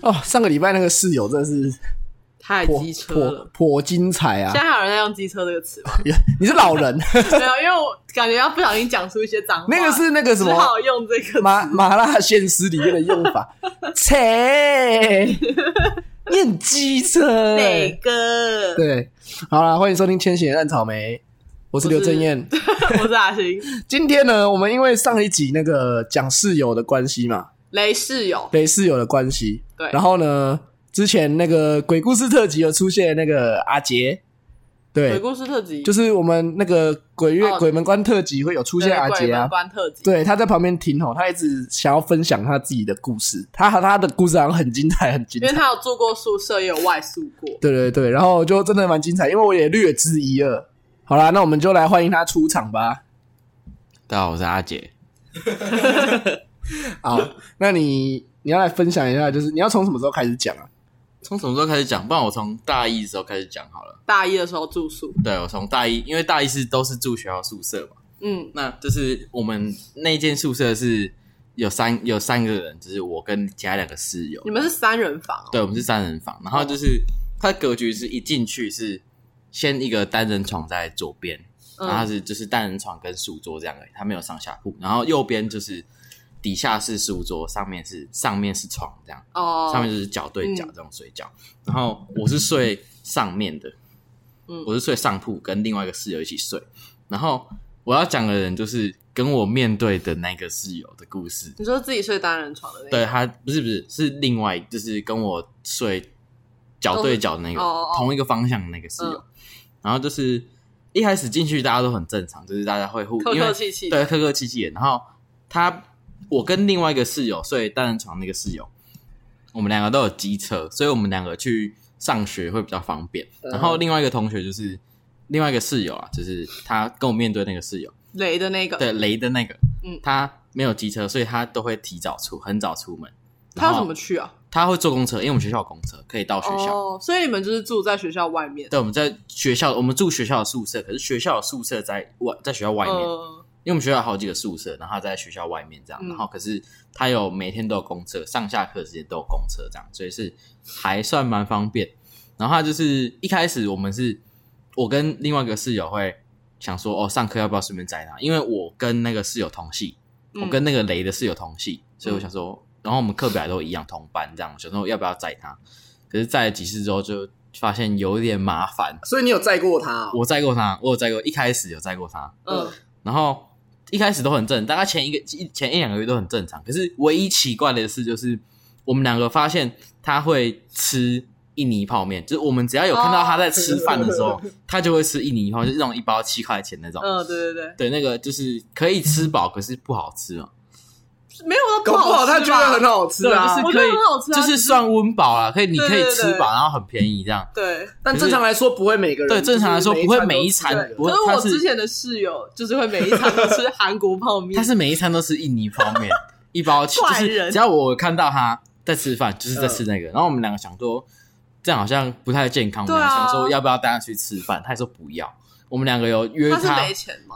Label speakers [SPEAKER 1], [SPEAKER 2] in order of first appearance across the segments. [SPEAKER 1] 哦，上个礼拜那个室友真的是
[SPEAKER 2] 太
[SPEAKER 1] 颇
[SPEAKER 2] 机车
[SPEAKER 1] 颇
[SPEAKER 2] 了。
[SPEAKER 1] 颇精彩啊
[SPEAKER 2] 现！在还有人在用“机车”这个词吗？
[SPEAKER 1] 你是老人，
[SPEAKER 2] 没有，因为我感觉要不小心讲出一些脏话，
[SPEAKER 1] 那个是那个什
[SPEAKER 2] 只
[SPEAKER 1] 么
[SPEAKER 2] 好用这个
[SPEAKER 1] 麻麻辣鲜师里面的用 法，切，你很机车、
[SPEAKER 2] 哪
[SPEAKER 1] 欸。
[SPEAKER 2] 个？
[SPEAKER 1] 对，好啦，欢迎收听《千禧人烂草莓》，我是
[SPEAKER 2] 我是
[SPEAKER 1] 刘正燕。
[SPEAKER 2] 我是阿星，
[SPEAKER 1] 今天呢，我们因为上一集那个讲室友的关系嘛，
[SPEAKER 2] 雷室友。
[SPEAKER 1] 雷室友的关系，
[SPEAKER 2] 对
[SPEAKER 1] 然后呢，之前那个鬼故事特辑有出现那个阿杰，
[SPEAKER 2] 鬼
[SPEAKER 1] 对，
[SPEAKER 2] 故事特辑
[SPEAKER 1] 就是我们那个鬼月、
[SPEAKER 2] 哦
[SPEAKER 1] 鬼门关特辑会有出
[SPEAKER 2] 对
[SPEAKER 1] 现阿杰
[SPEAKER 2] 鬼
[SPEAKER 1] 啊
[SPEAKER 2] 门，关特辑，
[SPEAKER 1] 对，他在旁边听吼，他一直想要分享他自己的故事，他和他的故事好像很精彩，很精
[SPEAKER 2] 因为
[SPEAKER 1] 彩。
[SPEAKER 2] 他有住过宿舍，也有外宿过。
[SPEAKER 1] 对对对，然后就真的蛮精彩，因为我也略知一二。好啦，那我们就来欢迎他出场吧。
[SPEAKER 3] 大家啊好，我是阿杰。
[SPEAKER 1] 好，那你你要来分享一下，就是你要从什么时候开始讲啊？
[SPEAKER 3] 从什么时候开始讲？不然我从大一的时候开始讲好了。
[SPEAKER 2] 大一的时候住宿，
[SPEAKER 3] 对，我从大一，因为大一是都是住学校宿舍嘛，
[SPEAKER 2] 嗯，
[SPEAKER 3] 那就是我们那间宿舍是有三有三个人，就是我跟其他两个室友
[SPEAKER 2] 你。们是三人房哦，
[SPEAKER 3] 对，我们是三人房，然后就是它的格局是一进去是先一个单人床在左边，然后它
[SPEAKER 2] 嗯，
[SPEAKER 3] 是就是单人床跟书桌这样而已，它没有上下铺，然后右边就是底下是书桌，上面是上面是床这样。
[SPEAKER 2] 哦，
[SPEAKER 3] 上面就是脚对脚
[SPEAKER 2] 嗯
[SPEAKER 3] 这种睡觉。然后我是睡上面的，
[SPEAKER 2] 嗯
[SPEAKER 3] 我是睡上铺，跟另外一个室友一起睡。然后我要讲的人就是跟我面对的那个室友的故事。
[SPEAKER 2] 你说自己睡单人床的那个，
[SPEAKER 3] 对他不是不是是另外就是跟我睡脚对脚的那个、
[SPEAKER 2] 哦哦哦
[SPEAKER 3] 同一个方向的那个室友，
[SPEAKER 2] 嗯
[SPEAKER 3] 然后就是一开始进去大家都很正常，就是大家会互
[SPEAKER 2] 客
[SPEAKER 3] 因为
[SPEAKER 2] 客气气的，
[SPEAKER 3] 对，客客气气的。然后他，我跟另外一个室友，所以单人床那个室友，我们两个都有机车，所以我们两个去上学会比较方便。
[SPEAKER 1] 嗯
[SPEAKER 3] 然后另外一个同学就是另外一个室友啊，就是他跟我面对那个室友，
[SPEAKER 2] 雷的那个，
[SPEAKER 3] 对雷的那个，
[SPEAKER 2] 嗯
[SPEAKER 3] 他没有机车，所以他都会提早出，很早出门。
[SPEAKER 2] 他要
[SPEAKER 3] 然
[SPEAKER 2] 怎
[SPEAKER 3] 后
[SPEAKER 2] 么去啊？
[SPEAKER 3] 他会坐公车，因为我们学校有公车可以到学校。
[SPEAKER 2] 哦，所以你们就是住在学校外面，
[SPEAKER 3] 对，我们在学校，我们住学校的宿舍，可是学校的宿舍在外，在学校外面。
[SPEAKER 2] 嗯
[SPEAKER 3] 因为我们学校有好几个宿舍，然后他在学校外面这样，
[SPEAKER 2] 嗯
[SPEAKER 3] 然后可是他有每天都有公车，上下课时间都有公车这样，所以是还算蛮方便。然后他就是一开始我们是，我跟另外一个室友会想说，哦，上课要不要顺便载他？因为我跟那个室友同系，
[SPEAKER 2] 嗯
[SPEAKER 3] 我跟那个雷的室友同系，所以我想说，然后我们课表都一样，同班这样，我想说要不要载他？可是载了几次之后就发现有点麻烦，
[SPEAKER 1] 所以你有载过他、哦？
[SPEAKER 3] 我载过他，我有载过，一开始有载过他，
[SPEAKER 2] 嗯，
[SPEAKER 3] 然后一开始都很正，大概前一个一前一两个月都很正常。可是唯一奇怪的事就是，我们两个发现他会吃印尼泡面，就是我们只要有看到他在吃饭的时 候，他就会吃印尼泡面，就是那种一包七块钱那种。
[SPEAKER 2] 嗯，对对对，
[SPEAKER 3] 对，那个就是可以吃饱，可是不好吃嘛，
[SPEAKER 2] 没有到
[SPEAKER 1] 搞不好
[SPEAKER 2] 吃
[SPEAKER 1] 他觉得
[SPEAKER 2] 吧
[SPEAKER 1] 很好吃啊
[SPEAKER 3] 对，
[SPEAKER 2] 我觉
[SPEAKER 3] 就是
[SPEAKER 2] 得
[SPEAKER 3] 可以
[SPEAKER 2] 很好吃啊，
[SPEAKER 3] 就是算温饱啦，可以你
[SPEAKER 2] 对
[SPEAKER 3] 可以
[SPEAKER 2] 对
[SPEAKER 3] 吃
[SPEAKER 2] 对
[SPEAKER 3] 饱，然后很便宜这样。
[SPEAKER 2] 对。
[SPEAKER 1] 但正常来说不会每个人，
[SPEAKER 3] 对正常来说不会每一
[SPEAKER 1] 餐
[SPEAKER 3] 餐
[SPEAKER 1] 都吃这个
[SPEAKER 2] 对，
[SPEAKER 3] 不
[SPEAKER 2] 可
[SPEAKER 3] 过
[SPEAKER 2] 是
[SPEAKER 3] 他
[SPEAKER 2] 我
[SPEAKER 3] 是
[SPEAKER 2] 之前的室友就是会每一餐都吃 韩国泡面，
[SPEAKER 3] 他是每一餐都吃印尼泡 面，一包起，就
[SPEAKER 2] 怪人嗯
[SPEAKER 3] 是只要我看到他在吃饭，就是在吃那个。然后我们两个想说，这样好像不太健康，我
[SPEAKER 2] 对啊
[SPEAKER 3] 们两个想说要不要带他去吃饭，他也说不要。我们两个有约哦
[SPEAKER 2] 他是没钱吗？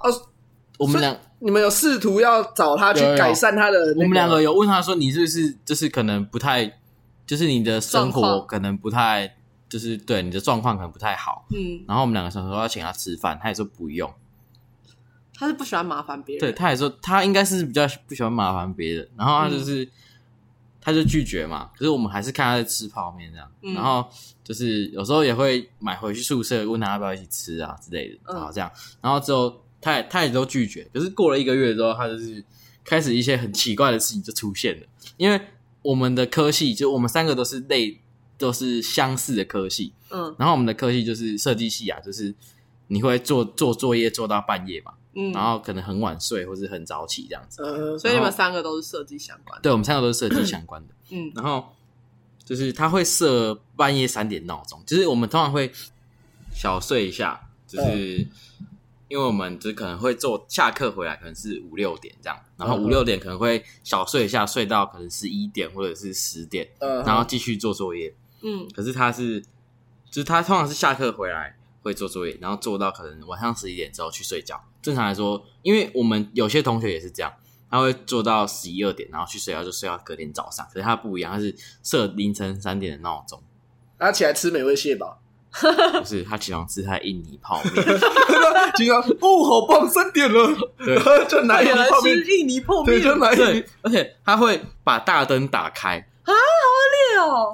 [SPEAKER 3] 我们两
[SPEAKER 1] 你们有试图要找他去
[SPEAKER 3] 有有
[SPEAKER 1] 改善他的、那
[SPEAKER 3] 我们两个有问他说，你是不是就是可能不太，就是你的生
[SPEAKER 2] 状
[SPEAKER 3] 活
[SPEAKER 2] 况
[SPEAKER 3] 可能不太，就是对你的状况可能不太好。
[SPEAKER 2] 嗯，
[SPEAKER 3] 然后我们两个想说要请他吃饭，他也说不用。
[SPEAKER 2] 他是不喜欢麻烦别人。
[SPEAKER 3] 对，他也说他应该是比较不喜欢麻烦别人，然后他就是、
[SPEAKER 2] 嗯
[SPEAKER 3] 他就拒绝嘛。可是我们还是看他在吃泡面这样，
[SPEAKER 2] 嗯
[SPEAKER 3] 然后就是有时候也会买回去宿舍问他要不要一起吃啊之类的，
[SPEAKER 2] 嗯
[SPEAKER 3] 然后这样，然后之后他也他也都拒绝。可是过了一个月之后，他就是开始一些很奇怪的事情就出现了，因为我们的科系就我们三个都是类都是相似的科系，
[SPEAKER 2] 嗯
[SPEAKER 3] 然后我们的科系就是设计系啊，就是你会做做作业做到半夜嘛。
[SPEAKER 2] 嗯，
[SPEAKER 3] 然后可能很晚睡或是很早起这样子。
[SPEAKER 1] 呃，
[SPEAKER 2] 所以你们三个都是设计相关的。
[SPEAKER 3] 对，我们三个都是设计相关的。
[SPEAKER 2] 嗯
[SPEAKER 3] 然后就是他会设半夜三点闹钟，就是我们通常会小睡一下，就是
[SPEAKER 2] 嗯
[SPEAKER 3] 因为我们就可能会做下课回来可能是五六点这样，然后
[SPEAKER 1] 嗯
[SPEAKER 3] 五六点可能会小睡一下，睡到可能十一点或者是十点，
[SPEAKER 1] 呃，
[SPEAKER 3] 然后继续做作业。
[SPEAKER 2] 嗯
[SPEAKER 3] 可是他是，就是他通常是下课回来会做作业，然后做到可能晚上十一点之后去睡觉。正常来说，因为我们有些同学也是这样，他会做到十一二点，然后去睡觉就睡到隔天早上。可是他不一样，他是设凌晨三点的闹钟，
[SPEAKER 1] 他起来吃美味蟹 堡，
[SPEAKER 3] 不是他起床吃他的印尼泡面，
[SPEAKER 1] 经常哦，好棒，三点了，
[SPEAKER 3] 对
[SPEAKER 1] 然后 就拿一
[SPEAKER 2] 有
[SPEAKER 1] 碗
[SPEAKER 2] 人
[SPEAKER 1] 泡面，
[SPEAKER 2] 吃印尼泡面
[SPEAKER 1] 对，就拿一
[SPEAKER 3] 对，而且他会把大灯打开，
[SPEAKER 2] 哦，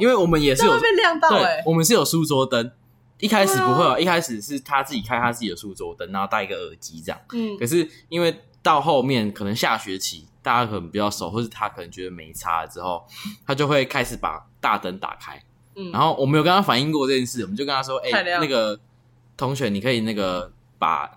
[SPEAKER 3] 因为我们也是
[SPEAKER 2] 在
[SPEAKER 3] 有
[SPEAKER 2] 外面亮到
[SPEAKER 3] 对
[SPEAKER 2] 哎，，
[SPEAKER 3] 我们是有书桌灯，一开始不会哦有，一开始是他自己开他自己的书桌灯，然后戴一个耳机这样。
[SPEAKER 2] 嗯
[SPEAKER 3] 可是因为到后面可能下学期大家可能比较熟，或是他可能觉得没差了之后，他就会开始把大灯打开。
[SPEAKER 2] 嗯，
[SPEAKER 3] 然后我们有跟他反映过这件事，我们就跟他说：“哎、
[SPEAKER 2] 太亮
[SPEAKER 3] 那个同学，你可以那个把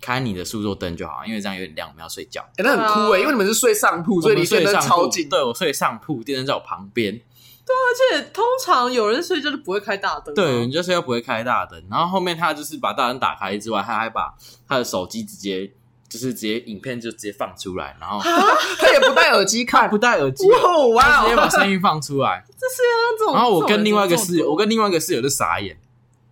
[SPEAKER 3] 开你的书桌灯就好，因为这样有点亮，我们要睡觉。
[SPEAKER 1] 哎、那很酷哎、因为你们是睡上铺，所以离
[SPEAKER 3] 我们
[SPEAKER 1] 电
[SPEAKER 3] 睡
[SPEAKER 1] 灯
[SPEAKER 3] 上
[SPEAKER 1] 超
[SPEAKER 3] 铺，
[SPEAKER 1] 近。
[SPEAKER 3] 对我睡上铺，电灯在我旁边。
[SPEAKER 2] 啊而且通常有人睡觉就不会开大灯啊，
[SPEAKER 3] 对，你就是要不会开大灯，然后后面他就是把大灯打开之外，他还把他的手机直接就是直接影片就直接放出来，然后
[SPEAKER 1] 他也不戴耳机看，
[SPEAKER 3] 不戴耳 机，
[SPEAKER 1] 哇哇
[SPEAKER 3] 他直接把
[SPEAKER 1] 哦！
[SPEAKER 3] 声音放 出来。
[SPEAKER 2] 这是啊，这种
[SPEAKER 3] 然后我跟另外一个室
[SPEAKER 2] 室
[SPEAKER 3] 友，
[SPEAKER 2] 友，
[SPEAKER 3] 我跟另外一个室友就傻眼，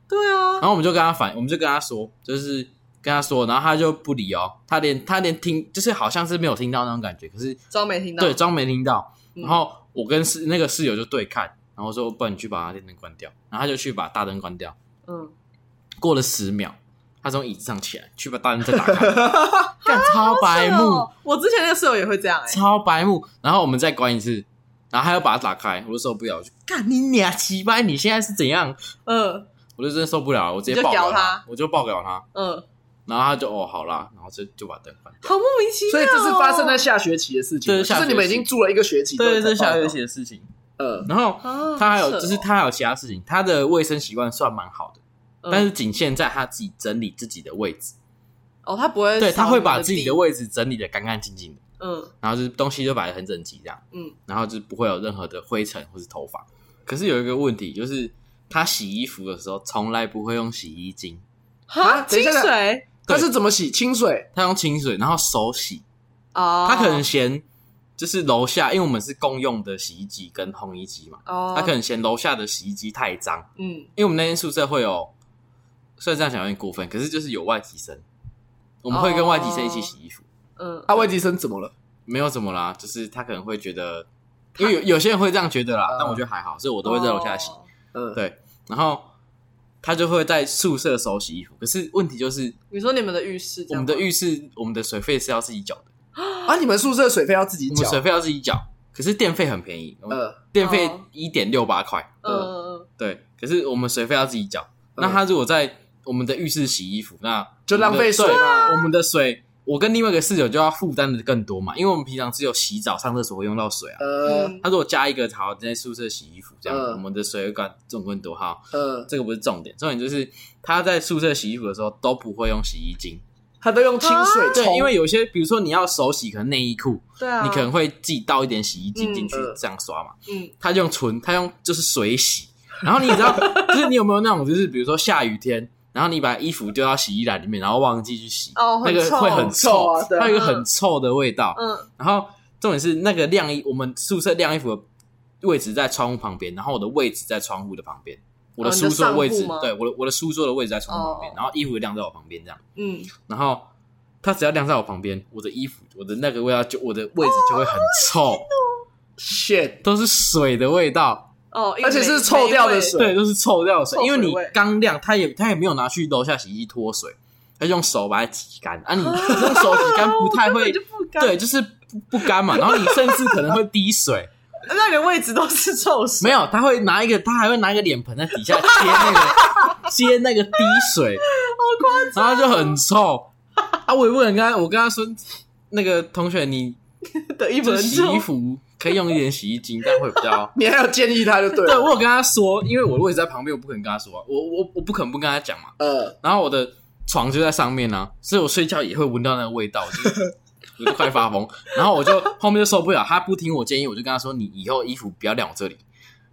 [SPEAKER 2] 对啊
[SPEAKER 3] 然，后我们就跟他反，我们就跟他说，就是跟他说，然后他就不理哦，他连他连听就是好像是没有听到那种感觉，可是
[SPEAKER 2] 装没听到，
[SPEAKER 3] 对装没听到。
[SPEAKER 2] 嗯
[SPEAKER 3] 然后我跟室那个室友就对看，然后说不然你去把他电灯关掉，然后他就去把大灯关掉。
[SPEAKER 2] 嗯，
[SPEAKER 3] 过了十秒，他从椅子上起来，去把大灯再 打开，干超白
[SPEAKER 2] 是
[SPEAKER 3] 目
[SPEAKER 2] 哦，我之前那个室友也会这样哎，
[SPEAKER 3] 超白目。然后我们再关一次，然后他又把它打开，我就受不了，我就干你俩奇掰，你现在是怎样？
[SPEAKER 2] 嗯
[SPEAKER 3] 我就真的受不了了，我直
[SPEAKER 2] 你
[SPEAKER 3] 接
[SPEAKER 2] 就
[SPEAKER 3] 爆
[SPEAKER 2] 屌
[SPEAKER 3] 表
[SPEAKER 2] 他，
[SPEAKER 3] 我就爆表他。
[SPEAKER 2] 嗯，
[SPEAKER 3] 然后他就哦好啦，然后就就把灯关掉。
[SPEAKER 2] 好莫名其妙哦，
[SPEAKER 1] 所以这是发生在下学期的事情，
[SPEAKER 3] 对
[SPEAKER 1] 就
[SPEAKER 3] 下学
[SPEAKER 1] 是
[SPEAKER 3] 期
[SPEAKER 1] 你们已经住了一个学期，
[SPEAKER 3] 对，这
[SPEAKER 1] 对，
[SPEAKER 3] 是下学期。的事情。
[SPEAKER 1] 呃，
[SPEAKER 3] 然后
[SPEAKER 2] 啊
[SPEAKER 3] 他还有
[SPEAKER 2] 是哦
[SPEAKER 3] 就是他还有其他事情，他的卫生习惯算蛮好的，
[SPEAKER 2] 嗯，
[SPEAKER 3] 但是仅限在他自己整理自己的位置。
[SPEAKER 2] 哦，他不会，
[SPEAKER 3] 对，他会把自己的，位置整理的干干净净的。
[SPEAKER 2] 嗯
[SPEAKER 3] 然后就是东西就摆得很整齐这样，
[SPEAKER 2] 嗯，
[SPEAKER 3] 然后就不会有任何的灰尘或是头发。可是有一个问题，就是他洗衣服的时候从来不会用洗衣精，
[SPEAKER 1] 啊
[SPEAKER 2] 哈，
[SPEAKER 1] 等一
[SPEAKER 2] 清
[SPEAKER 1] 下
[SPEAKER 2] 水
[SPEAKER 1] 他是怎么洗清水？
[SPEAKER 3] 他用清水，然后手洗。
[SPEAKER 2] 哦，
[SPEAKER 3] 他可能嫌就是楼下，因为我们是共用的洗衣机跟烘衣机嘛，
[SPEAKER 2] 哦，
[SPEAKER 3] 他可能嫌楼下的洗衣机太脏，
[SPEAKER 2] 嗯
[SPEAKER 3] 因为我们那间宿舍会有，虽然这样讲有点过分，可是就是有外籍生，我们会跟外籍生一
[SPEAKER 2] 哦
[SPEAKER 3] 起洗衣服。
[SPEAKER 2] 嗯
[SPEAKER 1] 啊，外籍生怎么了？
[SPEAKER 3] 没有怎么啦，就是他可能会觉得，因为有有些人会这样觉得啦
[SPEAKER 1] 嗯，
[SPEAKER 3] 但我觉得还好，所以我都会在楼下洗。
[SPEAKER 2] 哦
[SPEAKER 1] 嗯，
[SPEAKER 3] 对，然后他就会在宿舍手洗衣服。可是问题就是，
[SPEAKER 2] 你说你们的浴室这
[SPEAKER 3] 我
[SPEAKER 2] 样
[SPEAKER 3] 们
[SPEAKER 2] 吗，
[SPEAKER 3] 的浴室我们的水费是要自己缴的，
[SPEAKER 1] 啊，你们宿舍水费要自己
[SPEAKER 3] 我们
[SPEAKER 1] 缴。
[SPEAKER 3] 水费要自己缴，可是电费很便宜，我们
[SPEAKER 1] 呃，
[SPEAKER 3] 电费
[SPEAKER 2] 哦
[SPEAKER 3] 一点六八块，
[SPEAKER 2] 嗯，嗯嗯，
[SPEAKER 3] 对，可是我们水费要自己缴。那他如果在我们的浴室洗衣服，那
[SPEAKER 1] 嗯就浪费水
[SPEAKER 3] 我们的
[SPEAKER 1] 嘛
[SPEAKER 3] 对我们的水，我跟另外一个室友就要负担的更多嘛，因为我们平常只有洗澡、上厕所会用到水啊。
[SPEAKER 1] 呃，
[SPEAKER 2] 嗯
[SPEAKER 3] 他如果加一个好在宿舍洗衣服这样，
[SPEAKER 1] 嗯
[SPEAKER 3] 我们的水会更重更多哈。
[SPEAKER 1] 呃，
[SPEAKER 3] 这个不是重点，重点就是他在宿舍洗衣服的时候都不会用洗衣精。
[SPEAKER 1] 他都用清水
[SPEAKER 3] 对，
[SPEAKER 1] 冲，
[SPEAKER 3] 因为有些比如说你要手洗，可能内衣裤，
[SPEAKER 2] 对啊，
[SPEAKER 3] 你可能会自己倒一点洗衣精进去
[SPEAKER 1] 嗯
[SPEAKER 3] 这样刷嘛。
[SPEAKER 2] 嗯
[SPEAKER 3] 他就用纯，他用就是水洗。然后你知道， 就是你有没有那种，就是比如说下雨天，然后你把衣服丢到洗衣篮里面，然后忘记去洗，
[SPEAKER 2] 哦
[SPEAKER 3] 那
[SPEAKER 2] 很
[SPEAKER 3] 个
[SPEAKER 2] 臭
[SPEAKER 3] 会很
[SPEAKER 1] 臭啊对啊
[SPEAKER 3] 它有一个很臭的味道。
[SPEAKER 2] 嗯
[SPEAKER 3] 然后重点是那个晾衣，我们宿舍晾衣服的位置在窗户旁边，然后我的位置在窗户的旁边，我的
[SPEAKER 2] 哦你
[SPEAKER 3] 书
[SPEAKER 2] 的
[SPEAKER 3] 桌
[SPEAKER 2] 上
[SPEAKER 3] 位
[SPEAKER 2] 户
[SPEAKER 3] 置，
[SPEAKER 2] 吗
[SPEAKER 3] 对，我的我的书桌的位置在窗户旁边，
[SPEAKER 2] 哦
[SPEAKER 3] 然后衣服晾在我旁边这样，
[SPEAKER 2] 嗯，
[SPEAKER 3] 然后它只要晾在我旁边，我的衣服我的那个味道就我的位置就会很
[SPEAKER 2] 哦
[SPEAKER 3] 臭，
[SPEAKER 1] shit，
[SPEAKER 3] 都是水的味道，
[SPEAKER 2] 哦，因为
[SPEAKER 1] 而且是
[SPEAKER 2] 霉
[SPEAKER 1] 臭掉的水
[SPEAKER 3] 对，都是臭掉的水，
[SPEAKER 2] 臭水
[SPEAKER 3] 因为你
[SPEAKER 2] 味
[SPEAKER 3] 刚晾，它也它也没有拿去楼下洗衣机脱水，它就用手把它挤干， 啊你用手挤干不太
[SPEAKER 2] 霉味
[SPEAKER 3] 会
[SPEAKER 2] 哦根本就，不干，
[SPEAKER 3] 对，就是不不干嘛，然后你甚至可能会滴水。
[SPEAKER 2] 那个位置都是臭水，
[SPEAKER 3] 没有，他会拿一个，他还会拿一个脸盆在底下接那个接那个滴水， 好夸张，然后啊就很臭啊！我也不能跟他，我跟他说，那个同学，你
[SPEAKER 2] 的一
[SPEAKER 3] 就
[SPEAKER 2] 盆
[SPEAKER 3] 是洗衣 服可以用一点洗衣精，但会比较。
[SPEAKER 1] 你还有建议他就对
[SPEAKER 3] 对
[SPEAKER 1] 了。
[SPEAKER 3] 我有跟他说，因为我的位置在旁边，我不可能跟他说啊、我我我不可能不跟他讲嘛。
[SPEAKER 1] 呃，
[SPEAKER 3] 然后我的床就在上面啊，所以我睡觉也会闻到那个味道，我就 我就快发疯。然后我就后面就受不了，他不听我建议，我就跟他说，你以后衣服不要晾我这里，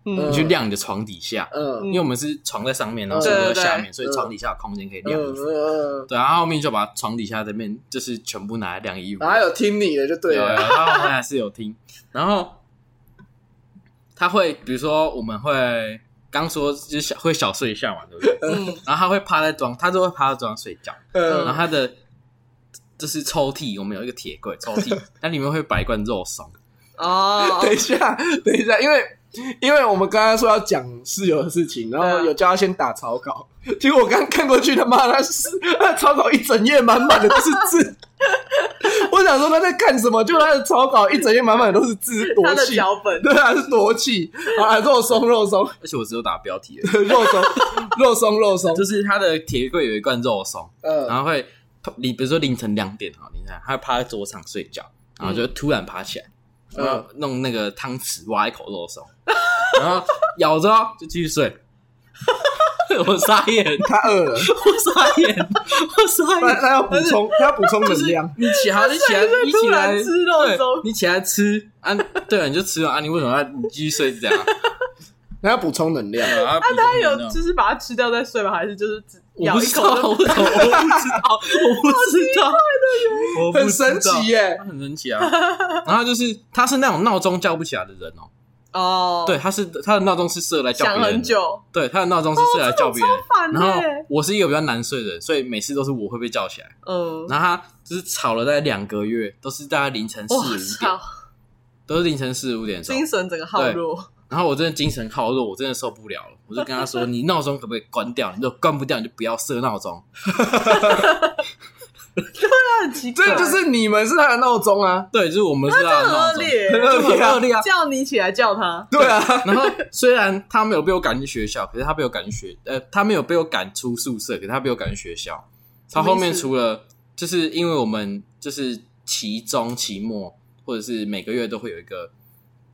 [SPEAKER 2] 嗯
[SPEAKER 3] 你去晾你的床底下。
[SPEAKER 1] 嗯，
[SPEAKER 3] 因为我们是床在上面，然后
[SPEAKER 1] 嗯
[SPEAKER 3] 睡在
[SPEAKER 2] 对对
[SPEAKER 3] 下
[SPEAKER 2] 对
[SPEAKER 3] 面，所以床底下有空间可以
[SPEAKER 1] 嗯
[SPEAKER 3] 晾衣服。
[SPEAKER 1] 嗯，
[SPEAKER 3] 对，然后后面就把床底下这边就是全部拿来晾衣服。
[SPEAKER 1] 然后还有听你的就对啊
[SPEAKER 3] 有有
[SPEAKER 1] 了。
[SPEAKER 3] 然后我们还是有听。然后他会，比如说我们会刚说就是小会小睡一下嘛，对不对？
[SPEAKER 2] 嗯
[SPEAKER 3] 然后他会趴在床，他就会趴在床上睡觉。然后
[SPEAKER 1] 嗯
[SPEAKER 3] 他的就是抽屉，我们有一个铁柜抽屉， 那里面会摆一罐肉松。
[SPEAKER 2] 哦，
[SPEAKER 1] 等一下，等一下，因为因为我们刚刚说要讲室友的事情，然后
[SPEAKER 2] 嗯
[SPEAKER 1] 有叫他先打草稿，结果我刚看过去，他妈他是他的草稿一整页满满的都是字， 我想说他在干什么，就他的草稿一整页满满的都是字，
[SPEAKER 2] 他
[SPEAKER 1] 多
[SPEAKER 2] 的
[SPEAKER 1] 气。
[SPEAKER 2] 脚本，
[SPEAKER 1] 对啊，是多气啊！肉松，肉松，
[SPEAKER 3] 而且我只有打标题而已，
[SPEAKER 1] 肉松，肉松，肉松。
[SPEAKER 3] 就是它的铁柜有一罐肉松，然
[SPEAKER 1] 呃，
[SPEAKER 3] 后会你比如说凌晨两点哈，凌晨他趴在桌上睡觉，然后就突然爬起来，
[SPEAKER 1] 嗯
[SPEAKER 3] 然后弄那个汤匙挖一口肉松， 然后咬着哦就继续睡。 我傻眼，
[SPEAKER 1] 他饿了，
[SPEAKER 3] 我傻眼，我傻
[SPEAKER 1] 他
[SPEAKER 3] 眼。
[SPEAKER 1] 他要补充，他要补充
[SPEAKER 3] 就
[SPEAKER 1] 能
[SPEAKER 3] 是
[SPEAKER 1] 量。
[SPEAKER 3] 你起来，你起来，
[SPEAKER 2] 睡
[SPEAKER 3] 你起
[SPEAKER 2] 突然
[SPEAKER 3] 来
[SPEAKER 2] 吃肉
[SPEAKER 3] 对，
[SPEAKER 2] 松，
[SPEAKER 3] 你起来吃啊，对啊，你就吃了啊，你为什么要你继续睡这样啊？
[SPEAKER 1] 他要补充能量。
[SPEAKER 3] 对啊，
[SPEAKER 2] 那他有
[SPEAKER 3] 不
[SPEAKER 2] 就是把它吃掉再睡吗？还是就是只
[SPEAKER 3] 我
[SPEAKER 2] 咬
[SPEAKER 3] 不
[SPEAKER 2] 一
[SPEAKER 3] 知道，我
[SPEAKER 2] 口就
[SPEAKER 3] 不知道，我不知道，我不知道，我不
[SPEAKER 1] 很
[SPEAKER 3] 知道
[SPEAKER 1] 神奇，耶！
[SPEAKER 3] 他很神奇啊。然后就是他是那种闹钟叫不起来的人哦，
[SPEAKER 2] 哦，
[SPEAKER 3] 对，，他是他的闹钟是设来叫别
[SPEAKER 2] 想
[SPEAKER 3] 人的
[SPEAKER 2] 很，久，哦
[SPEAKER 3] 对，他的闹钟是设来叫别人。
[SPEAKER 2] 烦
[SPEAKER 3] 然后
[SPEAKER 2] 嘞，
[SPEAKER 3] 我是一个比较难睡的人，所以每次都是我会被叫起来。
[SPEAKER 2] 嗯，
[SPEAKER 3] 然后他就是吵了大概两个月，都是大概凌晨四
[SPEAKER 2] 哇
[SPEAKER 3] 五点，
[SPEAKER 2] 操，
[SPEAKER 3] 都是凌晨四五点钟。
[SPEAKER 2] 精神整个耗弱，
[SPEAKER 3] 然后我真的精神耗弱，我真的受不了了，我就跟他说：“你闹钟可不可以关掉？你如果关不掉，你就不要设闹钟。
[SPEAKER 2] 他很奇怪，
[SPEAKER 1] 这就是你们是他的闹钟啊”，
[SPEAKER 3] 对，就是我们
[SPEAKER 2] 他
[SPEAKER 3] 是他
[SPEAKER 2] 很
[SPEAKER 3] 的闹
[SPEAKER 2] 恶
[SPEAKER 3] 钟。
[SPEAKER 2] 劣，
[SPEAKER 1] 很恶劣
[SPEAKER 3] 很
[SPEAKER 1] 啊
[SPEAKER 3] 恶，劣啊！
[SPEAKER 2] 叫你起来叫他，
[SPEAKER 1] 对啊，
[SPEAKER 3] 然后虽然他没有被我赶进学校，可是他被我赶进学，呃，他没有被我赶出宿舍，可是他被我赶进学校。他后面除了就是因为我们就是期中、期末，或者是每个月都会有一个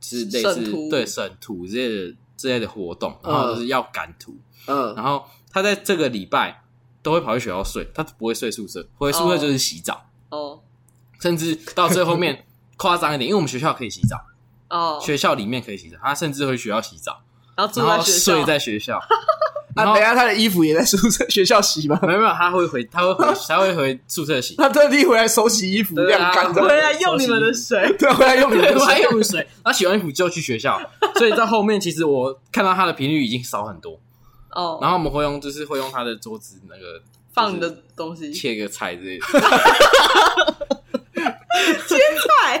[SPEAKER 3] 就是类
[SPEAKER 2] 审
[SPEAKER 3] 似
[SPEAKER 2] 图
[SPEAKER 3] 对审图之类的之类的活动，然后就是要赶图。
[SPEAKER 1] 嗯，
[SPEAKER 3] 然后他在这个礼拜都会跑去学校睡，他不会睡宿舍，回宿舍就是洗澡，
[SPEAKER 2] 哦
[SPEAKER 3] 甚至到最后面 夸张一点，因为我们学校可以洗澡，
[SPEAKER 2] 哦，
[SPEAKER 3] 学校里面可以洗澡，他甚至会去学校洗澡，
[SPEAKER 2] 然后住
[SPEAKER 3] 然
[SPEAKER 2] 在
[SPEAKER 3] 后
[SPEAKER 2] 学校
[SPEAKER 3] 睡，在学校。
[SPEAKER 1] 啊，
[SPEAKER 3] 然
[SPEAKER 1] 等
[SPEAKER 3] 后
[SPEAKER 1] 一下他的衣服也在宿舍学校洗吗？
[SPEAKER 3] 没有没有，他会回，他会回， 他会回宿舍洗，
[SPEAKER 1] 他特地回来手洗衣服
[SPEAKER 3] 对啊
[SPEAKER 1] 晾干
[SPEAKER 2] 回
[SPEAKER 1] 的，
[SPEAKER 2] 来用你们的水，
[SPEAKER 1] 对，啊回来用你
[SPEAKER 3] 对，
[SPEAKER 1] 的
[SPEAKER 3] 我还
[SPEAKER 1] 水，
[SPEAKER 3] 用水，他洗完衣服就去学校，所以到后面其实我看到他的频率已经少很多。
[SPEAKER 2] 哦，
[SPEAKER 3] 然后我们会用，就是会用他的桌子那个
[SPEAKER 2] 放你的东西，
[SPEAKER 3] 切个菜之类的，
[SPEAKER 2] 菜，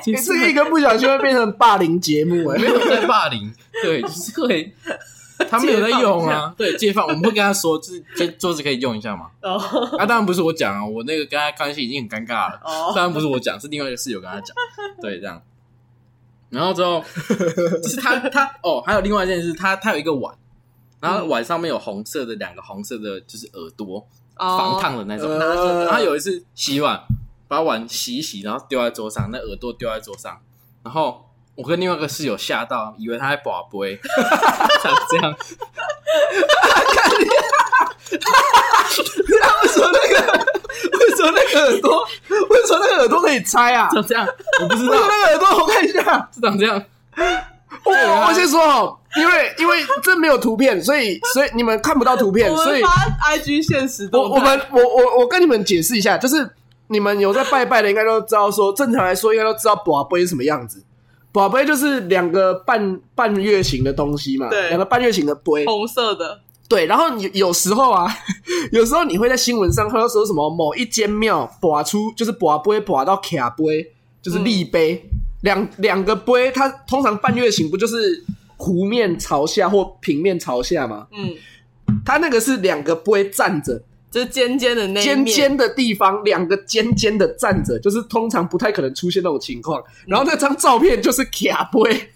[SPEAKER 1] 欸 这个一个不小心会变成霸凌节目哎
[SPEAKER 3] 没。有在霸凌，对，就是会，他们有在用啊，对，借放，我们会跟他说，就是这桌子可以用一下嘛。
[SPEAKER 2] 哦
[SPEAKER 3] 啊，当然不是我讲啊，我那个跟他关系已经很尴尬了，
[SPEAKER 2] 哦，
[SPEAKER 3] 当然不是我讲，是另外一个室友跟他讲，对，这样。然后之后，就是他他哦，还有另外一件事，他他有一个碗，然
[SPEAKER 1] 嗯
[SPEAKER 3] 后碗上面有红色的两个红色的，就是耳朵防
[SPEAKER 2] 哦
[SPEAKER 3] 烫的那种。
[SPEAKER 1] 哦呃
[SPEAKER 3] 然后有一次洗碗，把碗洗一洗，然后丢在桌上，那耳朵丢在桌上，然后我跟另外一个室友吓到，以为他在把杯， 才这样。
[SPEAKER 1] 为什么那个？为什么那个耳朵？ 为什么那个耳朵可以拆啊？
[SPEAKER 3] 长这样，我不知道
[SPEAKER 1] 为什么，那个耳朵？我看一下，
[SPEAKER 3] 是长这样。
[SPEAKER 1] 我
[SPEAKER 3] 啊
[SPEAKER 1] 我先说哦，因为因为这没有图片，所以所以你们看不到图片，
[SPEAKER 2] 我
[SPEAKER 1] 所
[SPEAKER 2] 们
[SPEAKER 1] 以
[SPEAKER 2] 发 IG 现实
[SPEAKER 1] 我
[SPEAKER 2] 动态
[SPEAKER 1] 我们我我我跟你们解释一下，就是你们有在拜拜的，应该都知道说，正常来说应该都知道宝贝是什么样子。宝贝就是两个半半月形的东西嘛，
[SPEAKER 2] 对
[SPEAKER 1] 两个半月形的杯。
[SPEAKER 2] 红色的，
[SPEAKER 1] 对，然后你有时候啊，有时候你会在新闻上看到说什么某一间庙拔出就是拔杯拔到卡杯，就是立杯，两两个杯，它通常半月形不就是弧面朝下或平面朝下吗？
[SPEAKER 2] 嗯，
[SPEAKER 1] 它那个是两个杯站着，
[SPEAKER 2] 就是尖尖的那一
[SPEAKER 1] 尖
[SPEAKER 2] 面
[SPEAKER 1] 尖的地方，两个尖尖的站着，就是通常不太可能出现那种情况。然后那张照片就是卡杯，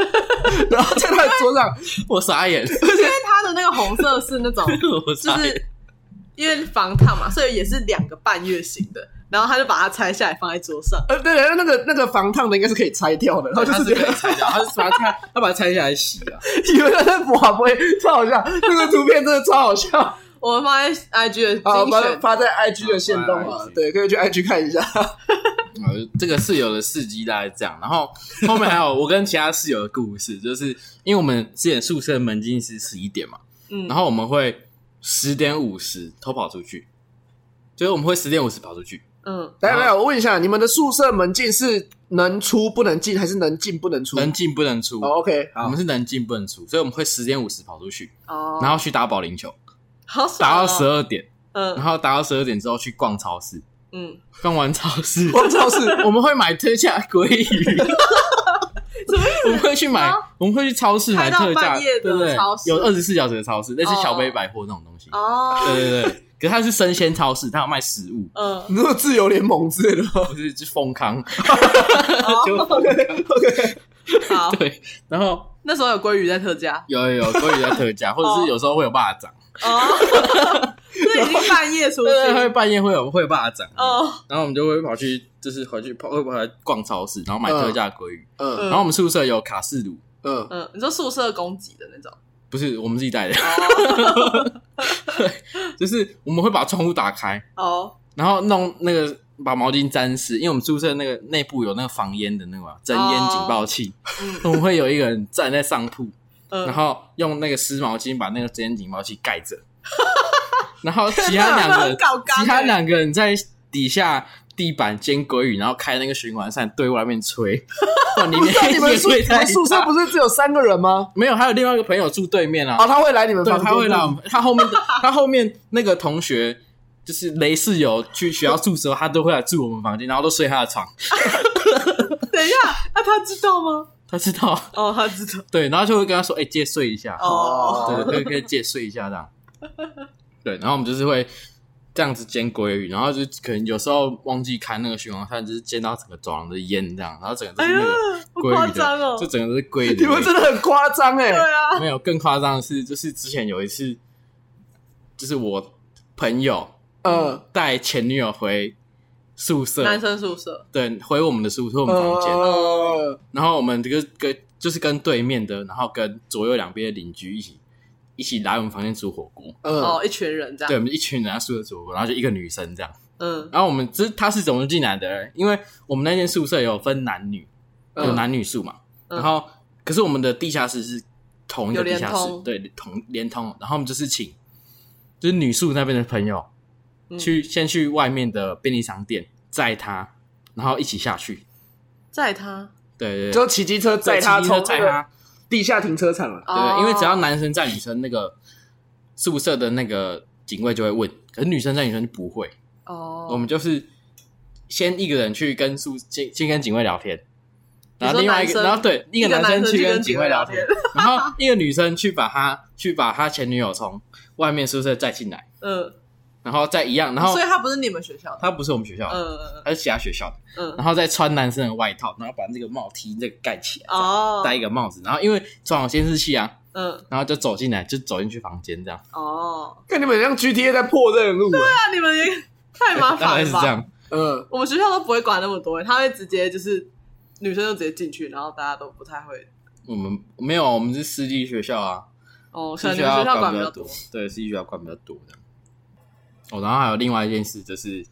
[SPEAKER 1] 然后在他的桌上，
[SPEAKER 3] 我傻眼，
[SPEAKER 2] 因为它的那个红色是那种，
[SPEAKER 3] 我
[SPEAKER 2] 就
[SPEAKER 3] 傻眼。
[SPEAKER 2] 是因为防烫嘛，所以也是两个半月形的。然后他就把它拆下来放在桌上，
[SPEAKER 1] 呃，对，那个那个防烫的应该是可以拆掉的，然后就
[SPEAKER 3] 他
[SPEAKER 1] 是
[SPEAKER 3] 是可以拆掉，他是把它拆，他把它拆下来洗啊。
[SPEAKER 1] 以为他在卡杯，超好笑，那个图片真的超好 笑
[SPEAKER 2] 我们放在 IG 的
[SPEAKER 3] 哦
[SPEAKER 1] 啊！
[SPEAKER 2] 精
[SPEAKER 1] 发
[SPEAKER 2] 选，
[SPEAKER 1] 发在 IG 的线动
[SPEAKER 3] 好发
[SPEAKER 1] 啊
[SPEAKER 3] 在，IG
[SPEAKER 1] 对，可以去 IG 看一下。
[SPEAKER 3] 呃，这个室友的事迹大概是这样，然后后面还有我跟其他室友的故事，就是因为我们之前宿舍门禁是十一点嘛，
[SPEAKER 2] 嗯
[SPEAKER 3] 然后我们会十点五十偷跑出去，就是我们会十点五十跑出去，
[SPEAKER 2] 嗯，
[SPEAKER 1] 来来，我问一下，你们的宿舍门禁是能出不能进，还是能进不能出？
[SPEAKER 3] 能进不能出，
[SPEAKER 1] 哦，OK，
[SPEAKER 3] 我
[SPEAKER 1] 好
[SPEAKER 3] 们，是能进不能出，所以我们会十点五十跑出去，
[SPEAKER 2] 哦，
[SPEAKER 3] 然后去打保龄球，
[SPEAKER 2] 好爽、哦，
[SPEAKER 3] 打到十，二点，然
[SPEAKER 2] 嗯
[SPEAKER 3] 后打到十二点之后去逛超市，
[SPEAKER 2] 嗯，
[SPEAKER 3] 逛完超市，
[SPEAKER 1] 逛超市
[SPEAKER 3] 我们会买特价鲑鱼，
[SPEAKER 2] 什么
[SPEAKER 3] 我
[SPEAKER 2] 意
[SPEAKER 3] 们
[SPEAKER 2] 思？
[SPEAKER 3] 会去买
[SPEAKER 2] 啊，
[SPEAKER 3] 我们会去超市
[SPEAKER 2] 开
[SPEAKER 3] 买
[SPEAKER 2] 到
[SPEAKER 3] 特价，
[SPEAKER 2] 半夜
[SPEAKER 3] 对
[SPEAKER 2] 的
[SPEAKER 3] 不对
[SPEAKER 2] 超？市
[SPEAKER 3] 有二十四小时的超市，类似小杯百货那种东西。对
[SPEAKER 2] 哦，
[SPEAKER 3] 对对，可是它是生鲜超市，它有卖食物，
[SPEAKER 2] 嗯，
[SPEAKER 1] 你说自由联盟之类的吗？
[SPEAKER 3] 不是是丰康。
[SPEAKER 2] 哦
[SPEAKER 1] OK，
[SPEAKER 2] 好，
[SPEAKER 3] 对，然后
[SPEAKER 2] 那时候有鲑鱼在特价
[SPEAKER 3] 有有有鲑鱼在特 价，或者是有时候会有霸掌，
[SPEAKER 2] 哦， 这已经半夜出
[SPEAKER 3] 对对，会
[SPEAKER 2] 去
[SPEAKER 3] 半夜会有会有霸掌。
[SPEAKER 2] 哦，
[SPEAKER 3] 然后我们就会跑去，就是回去跑会跑来逛超市，然后买特价鲑鱼。
[SPEAKER 1] 嗯
[SPEAKER 2] 嗯
[SPEAKER 3] 然后我们宿舍有卡式炉，
[SPEAKER 1] 嗯，
[SPEAKER 2] 嗯，你说宿舍供给的那种，
[SPEAKER 3] 不是我们自己带的，
[SPEAKER 2] 哦
[SPEAKER 3] 就是我们会把窗户打开，
[SPEAKER 2] 哦，
[SPEAKER 3] 然后弄那个把毛巾沾湿，因为我们宿舍那个内部有那个防烟的那个嘛真烟警报器，
[SPEAKER 2] 哦嗯
[SPEAKER 3] 我们会有一个人站在上铺，
[SPEAKER 2] 嗯，
[SPEAKER 3] 然后用那个湿毛巾把那个真烟警报器盖 着，然后其他两个
[SPEAKER 2] 很搞纲欸
[SPEAKER 3] 其他两个人在底下地板煎鲑鱼，然后开那个循环扇对外面吹，哇，里面
[SPEAKER 1] 那你们
[SPEAKER 3] 也
[SPEAKER 1] 宿
[SPEAKER 3] 会
[SPEAKER 1] 你
[SPEAKER 3] 太
[SPEAKER 1] 们宿舍
[SPEAKER 3] 大
[SPEAKER 1] 不是只有三个人吗？
[SPEAKER 3] 没有，还有另外一个朋友住对面啊，
[SPEAKER 1] 啊，他会来你们
[SPEAKER 3] 对，
[SPEAKER 1] 房间，
[SPEAKER 3] 他会来我们，他后面的他后面那个同学就是雷室友去学校住的时候，他都会来住我们房间，然后都睡他的床，
[SPEAKER 2] 等一下，那他知道吗？
[SPEAKER 3] 他知道，
[SPEAKER 2] 哦，他知道，
[SPEAKER 3] 对，然后就会跟他说，哎、借睡一下，
[SPEAKER 2] 哦，
[SPEAKER 3] 对，可以可以借睡一 下这样，对，然后我们就是会这样子煎鲑鱼，然后就可能有时候忘记开那个循环扇，就是煎到整个走廊的烟这样，然后整个都
[SPEAKER 2] 哎
[SPEAKER 3] 是
[SPEAKER 2] 呀
[SPEAKER 3] 那个，
[SPEAKER 2] 好
[SPEAKER 3] 鲑
[SPEAKER 2] 夸
[SPEAKER 3] 鱼
[SPEAKER 2] 张
[SPEAKER 3] 的，
[SPEAKER 2] 哦
[SPEAKER 3] 就，整个都是鲑鱼的味
[SPEAKER 1] 你
[SPEAKER 3] 道，
[SPEAKER 1] 们真的很夸张哎
[SPEAKER 2] 对！啊，
[SPEAKER 3] 没有，更夸张的是，就是之前有一次，就是我朋友
[SPEAKER 1] 嗯，
[SPEAKER 3] 带前女友回宿舍，
[SPEAKER 2] 男生宿舍，
[SPEAKER 3] 对，回我们的宿舍，我们房间，
[SPEAKER 1] 呃
[SPEAKER 3] 然后我们这个跟就是跟对面的，然后跟左右两边的邻居一起一起来我们房间煮火锅，
[SPEAKER 1] 嗯
[SPEAKER 2] 哦，一群人这
[SPEAKER 3] 对，
[SPEAKER 2] 样，
[SPEAKER 3] 我们一群人在宿舍煮火锅，然后就一个女生这样，
[SPEAKER 2] 嗯，
[SPEAKER 3] 然后我们这他是怎么进来的？因为我们那间宿舍有分男女，
[SPEAKER 1] 嗯
[SPEAKER 3] 有男女宿嘛，
[SPEAKER 2] 嗯
[SPEAKER 3] 然后可是我们的地下室是同一个
[SPEAKER 2] 有
[SPEAKER 3] 地
[SPEAKER 2] 连
[SPEAKER 3] 下室
[SPEAKER 2] 通，
[SPEAKER 3] 对，同连通，然后我们就是请就是女宿那边的朋友
[SPEAKER 2] 嗯
[SPEAKER 3] 去先去外面的便利商店载他，然后一起下去，
[SPEAKER 2] 载他，
[SPEAKER 3] 对对对，
[SPEAKER 1] 就骑机车载他
[SPEAKER 3] 他
[SPEAKER 1] 从
[SPEAKER 3] 载
[SPEAKER 1] 那
[SPEAKER 3] 他
[SPEAKER 1] 个，地下停车场了。
[SPEAKER 3] 对对，因为只要
[SPEAKER 2] 哦
[SPEAKER 3] 男生载女生，那个宿舍的那个警卫就会问，可是女生载女生就不会，
[SPEAKER 2] 哦，
[SPEAKER 3] 我们就是先一个人去跟宿先先跟警卫聊天，
[SPEAKER 2] 你
[SPEAKER 3] 然后
[SPEAKER 2] 说
[SPEAKER 3] 另外
[SPEAKER 2] 男
[SPEAKER 3] 一个，
[SPEAKER 2] 生
[SPEAKER 3] 然后对一个
[SPEAKER 2] 一个
[SPEAKER 3] 男
[SPEAKER 2] 男生
[SPEAKER 3] 去
[SPEAKER 2] 去跟
[SPEAKER 3] 跟
[SPEAKER 2] 警
[SPEAKER 3] 警
[SPEAKER 2] 卫
[SPEAKER 3] 卫
[SPEAKER 2] 聊
[SPEAKER 3] 聊天，然后一个女生去把他去把他前女友从外面宿舍载进来，
[SPEAKER 2] 嗯，
[SPEAKER 3] 然后再一样，然后
[SPEAKER 2] 所以他不是你们学校 的，
[SPEAKER 3] 他不是我们学校的，
[SPEAKER 2] 嗯
[SPEAKER 3] 他是其他学校的，
[SPEAKER 2] 嗯嗯，
[SPEAKER 3] 然后再穿男生的外套，然后把那个帽 T 这个盖起来，
[SPEAKER 2] 哦，
[SPEAKER 3] 戴一个帽子，然后因为装有监视器啊，
[SPEAKER 2] 嗯
[SPEAKER 3] 然后就走进来，就走进去房间这样，
[SPEAKER 2] 哦，
[SPEAKER 1] 看你们很像 GTA 在破任务欸，
[SPEAKER 2] 那你们也太麻
[SPEAKER 3] 大概
[SPEAKER 2] 烦了
[SPEAKER 3] 是这
[SPEAKER 2] 吧？
[SPEAKER 3] 样，
[SPEAKER 1] 嗯，
[SPEAKER 2] 我们学校都不会管那么多，他会直接就是女生就直接进去，然后大家都不太会
[SPEAKER 3] 我们没有，我们是私立学校啊，
[SPEAKER 2] 哦，可能
[SPEAKER 3] 是
[SPEAKER 2] 你们学校
[SPEAKER 3] 管
[SPEAKER 2] 管比较多
[SPEAKER 3] 多，，对，是学校管比较多的。哦，然后还有另外一件事，就是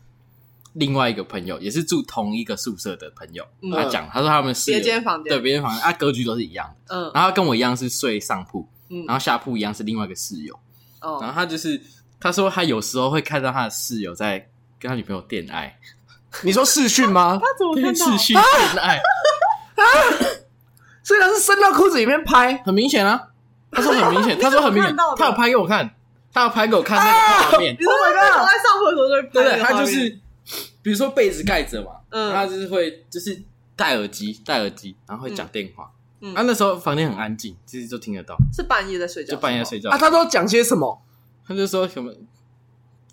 [SPEAKER 3] 另外一个朋友也是住同一个宿舍的朋友，
[SPEAKER 2] 嗯
[SPEAKER 3] 他讲，他说他们是
[SPEAKER 2] 别间房
[SPEAKER 3] 对
[SPEAKER 2] 间，
[SPEAKER 3] 别间房间，啊，格局都是一样的。
[SPEAKER 2] 嗯
[SPEAKER 3] 然后他跟我一样是睡上铺，
[SPEAKER 2] 嗯
[SPEAKER 3] 然后下铺一样是另外一个室友。然后
[SPEAKER 2] 哦，
[SPEAKER 3] 他就是他说他有时候会看到他的室友在跟他女朋友恋爱，
[SPEAKER 1] 你说视讯 吗？
[SPEAKER 2] 他怎么看到？
[SPEAKER 3] 视讯恋 爱，
[SPEAKER 1] 虽然是伸到裤子里面拍，
[SPEAKER 3] 很明显啊。他说很明 显，他说很明显
[SPEAKER 2] 你怎么看到，的
[SPEAKER 3] 他有拍给我看，他有拍给我看那个画面
[SPEAKER 2] 你，说我在我在上课的时候就会拍
[SPEAKER 3] 哦对
[SPEAKER 2] 那
[SPEAKER 3] 对，
[SPEAKER 2] 个
[SPEAKER 3] 他
[SPEAKER 2] 画
[SPEAKER 3] 就
[SPEAKER 2] 面
[SPEAKER 3] 是，比如说被子盖着嘛，
[SPEAKER 2] 嗯
[SPEAKER 3] 然后他就是会就是戴耳机，戴耳机，然后会讲电话。
[SPEAKER 2] 嗯
[SPEAKER 3] 啊，那时候房间很安静，其实就听得到，
[SPEAKER 2] 是半夜在睡觉，
[SPEAKER 3] 就半夜睡，觉。
[SPEAKER 1] 啊，他都讲些什么？
[SPEAKER 3] 他就说什么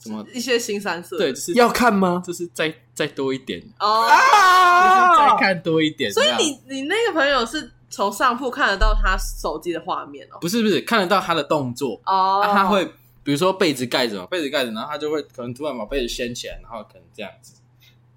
[SPEAKER 3] 什么，
[SPEAKER 2] 一些新三色，
[SPEAKER 3] 对，就是
[SPEAKER 1] 要看吗？
[SPEAKER 3] 就是再再多一点，
[SPEAKER 2] 哦，
[SPEAKER 3] 就是再
[SPEAKER 1] 啊！
[SPEAKER 3] 看多一点。
[SPEAKER 2] 所以
[SPEAKER 3] 这样
[SPEAKER 2] 你你那个朋友是从上铺看得到他手机的画面哦，
[SPEAKER 3] 不是不是看得到他的动作，
[SPEAKER 2] 哦，
[SPEAKER 3] 啊，他会比如说被子盖着嘛，被子盖着，然后他就会可能突然把被子掀起来，然后可能这样子，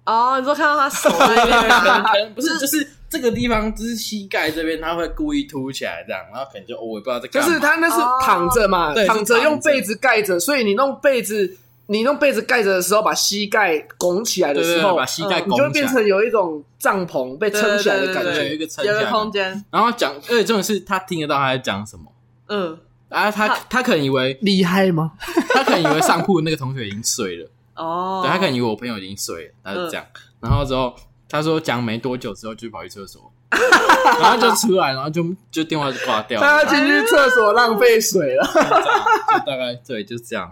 [SPEAKER 2] 哦，你说看到他手在那边
[SPEAKER 3] 可能
[SPEAKER 2] 啊，
[SPEAKER 3] 可能不是就是。这个地方就是膝盖这边，他会故意凸起来这样，然后可能就、哦、我也不知道在
[SPEAKER 1] 就
[SPEAKER 3] 干嘛。
[SPEAKER 1] 是他那是躺着嘛，
[SPEAKER 3] 哦对
[SPEAKER 1] 躺着
[SPEAKER 3] 是躺着
[SPEAKER 1] 用被子盖着，所以你弄被子，你用被子盖着的时候，把膝盖拱起来的
[SPEAKER 3] 对对
[SPEAKER 1] 时
[SPEAKER 3] 对，
[SPEAKER 1] 候嗯
[SPEAKER 3] 把，膝盖
[SPEAKER 1] 你
[SPEAKER 3] 拱
[SPEAKER 1] 就会
[SPEAKER 3] 起
[SPEAKER 1] 变
[SPEAKER 3] 来，
[SPEAKER 1] 成有一种帐篷被撑起来的感
[SPEAKER 2] 对对
[SPEAKER 3] 对，有
[SPEAKER 1] 觉
[SPEAKER 3] 一。个撑起
[SPEAKER 2] 有
[SPEAKER 3] 来
[SPEAKER 2] 个
[SPEAKER 3] 嘛
[SPEAKER 2] 空间，
[SPEAKER 3] 然后讲，而且重点是他听得到他在讲什么，
[SPEAKER 2] 嗯，
[SPEAKER 3] 然后他
[SPEAKER 2] 他
[SPEAKER 3] 他可能以 为
[SPEAKER 1] 厉害吗？
[SPEAKER 3] 他可能以为上铺那个同学已经睡了，
[SPEAKER 2] 哦，
[SPEAKER 3] 对他可能以为我朋友已经睡了，他就这样。
[SPEAKER 1] 嗯
[SPEAKER 3] 然后之后他说讲没多久之后就跑去 厕所，然后就出来，然后就就电话就挂掉，
[SPEAKER 1] 他要
[SPEAKER 3] 就
[SPEAKER 1] 进去厕所浪费水了。
[SPEAKER 3] 这样就大概对就这样。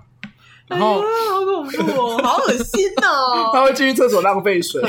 [SPEAKER 3] 然后
[SPEAKER 2] 哎呀好恐怖哦，好恶心哦！
[SPEAKER 1] 他会进去厕所浪费水。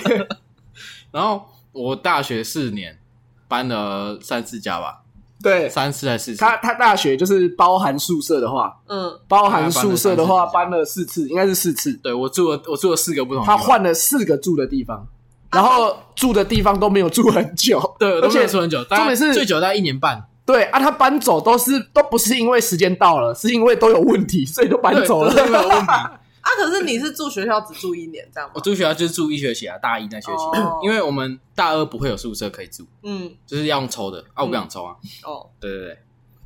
[SPEAKER 3] 然后我大学四年搬了三次家吧，
[SPEAKER 1] 对
[SPEAKER 3] 三次还是四次？
[SPEAKER 1] 他，他大学就是包含宿舍的话，
[SPEAKER 2] 嗯，
[SPEAKER 1] 包含宿舍的话
[SPEAKER 3] 大概搬
[SPEAKER 1] 搬了四次，应该是四次。
[SPEAKER 3] 对我住了我住了四个不同的地
[SPEAKER 1] 他
[SPEAKER 3] 方，
[SPEAKER 1] 换了四个住的地方，然后住的地方都没有住很久。
[SPEAKER 3] 啊 对，我都
[SPEAKER 1] 而且
[SPEAKER 3] 没有住很久，大概
[SPEAKER 1] 重点是
[SPEAKER 3] 最久大概一年半，
[SPEAKER 1] 对啊，他搬走都是都不是因为时间到了，是因为都有问题， 所以都搬走了
[SPEAKER 3] 对。都是没有问题。
[SPEAKER 2] 啊，可是你是住学校只住一年这样
[SPEAKER 3] 我
[SPEAKER 2] 吗？
[SPEAKER 3] 住学校就是住一学期啊，大一那学期，
[SPEAKER 2] 哦
[SPEAKER 3] 因为我们大二不会有宿舍可以住，
[SPEAKER 2] 嗯，
[SPEAKER 3] 就是要用抽的啊，我不想抽啊。
[SPEAKER 2] 哦，
[SPEAKER 3] 对对对，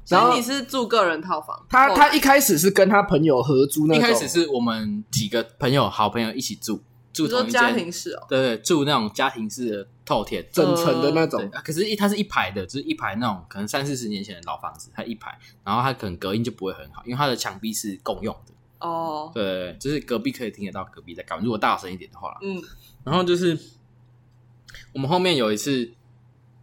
[SPEAKER 2] 所
[SPEAKER 1] 然后
[SPEAKER 2] 以你是住个人套房？
[SPEAKER 1] 他
[SPEAKER 2] 哦
[SPEAKER 1] 他一开始是跟他朋友合租那
[SPEAKER 3] 一
[SPEAKER 1] 种，
[SPEAKER 3] 开始是我们几个朋友、好朋友一起住，住
[SPEAKER 2] 你说
[SPEAKER 3] 同一
[SPEAKER 2] 家
[SPEAKER 3] 间，
[SPEAKER 2] 庭嗯式哦，
[SPEAKER 3] 对对，住那种家庭式的透天。
[SPEAKER 1] 整层的那
[SPEAKER 3] 对
[SPEAKER 1] 种，
[SPEAKER 3] 啊，可是一它是一排的，就是一排那种可能三四十年前的老房子，它一排，然后它可能隔音就不会很好，因为它的墙壁是共用的。
[SPEAKER 2] 哦，
[SPEAKER 3] 对对对，就是隔壁可以听得到隔壁在干嘛，如果大声一点的话啦。
[SPEAKER 2] 嗯
[SPEAKER 3] 然后就是我们后面有一次，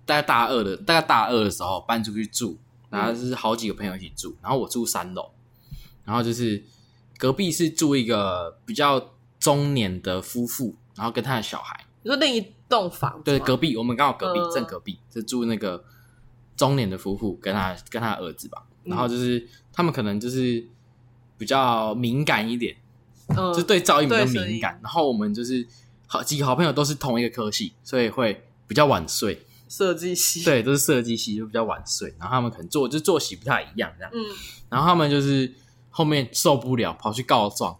[SPEAKER 3] 大概大二的，大概大二的时候搬出去住，然后就是好几个朋友一起住，然后我住三楼，然后就是隔壁是住一个比较中年的夫妇，然后跟他的小孩，
[SPEAKER 2] 你说另一栋房子
[SPEAKER 3] 对，
[SPEAKER 2] 吗
[SPEAKER 3] 隔壁我们刚好隔壁、
[SPEAKER 2] 嗯
[SPEAKER 3] 正隔壁就住那个中年的夫妇跟他跟他儿子吧，然后就是、他们可能就是比较敏感一点，
[SPEAKER 1] 呃
[SPEAKER 2] 嗯
[SPEAKER 3] 就对噪音比较
[SPEAKER 2] 对声音
[SPEAKER 3] 敏感。然后我们就是好几个好朋友都是同一个科系，所以会比较 晚睡。
[SPEAKER 2] 设计系，，
[SPEAKER 3] 对，都是设计系，就比较晚睡。然后他们可能作就作息不太一样这样。
[SPEAKER 2] 嗯，
[SPEAKER 3] 然后他们就是后面受不了，跑去告状，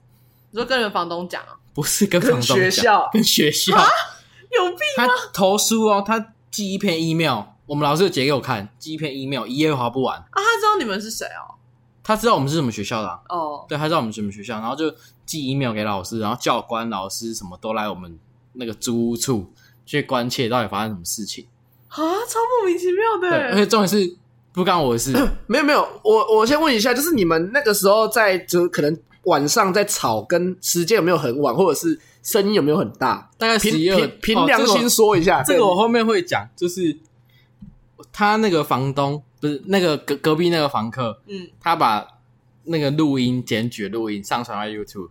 [SPEAKER 2] 你说跟人房东讲啊，
[SPEAKER 3] 不是跟
[SPEAKER 1] 跟
[SPEAKER 3] 房东
[SPEAKER 1] 学
[SPEAKER 3] 讲
[SPEAKER 1] 校
[SPEAKER 3] 跟学校，
[SPEAKER 2] 有病，
[SPEAKER 3] 他投诉哦，他寄一篇 email，我们老师有截给我看，寄一篇 email，一页划不完。
[SPEAKER 2] 啊，他知道你们是谁哦，
[SPEAKER 3] 他知道我们是什么学校的、啊，
[SPEAKER 2] 哦，
[SPEAKER 3] 对，他知道我们是什么学校，然后就寄 email 给老师，然后教官、老师什么都来我们那个租屋处去关切到底发生什么事情。
[SPEAKER 2] 啊，超莫名其妙
[SPEAKER 3] 对，而
[SPEAKER 2] 的，
[SPEAKER 3] 且重点是不干我的事，
[SPEAKER 1] 没有没有，我我先问一下，就是你们那个时候在就可能晚上在吵，跟时间有没有很晚，或者是声音有没有很大？
[SPEAKER 3] 大概
[SPEAKER 1] 凭
[SPEAKER 3] 十一二哦
[SPEAKER 1] 凭。凭良心说一下，
[SPEAKER 3] 这个我后面会讲，就是他那个房东不是那个隔隔壁那个房客，
[SPEAKER 2] 嗯，
[SPEAKER 3] 他把那个录音检举录音上传到 YouTube，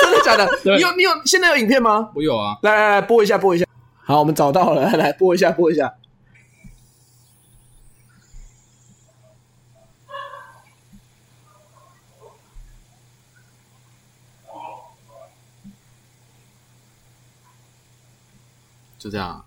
[SPEAKER 1] 真的假的？
[SPEAKER 3] 对
[SPEAKER 1] 你有你有现在有影片吗？
[SPEAKER 3] 我有啊，
[SPEAKER 1] 来来来，播一下播一下。好，我们找到了， 来来播一下播一下。
[SPEAKER 3] 就这样啊，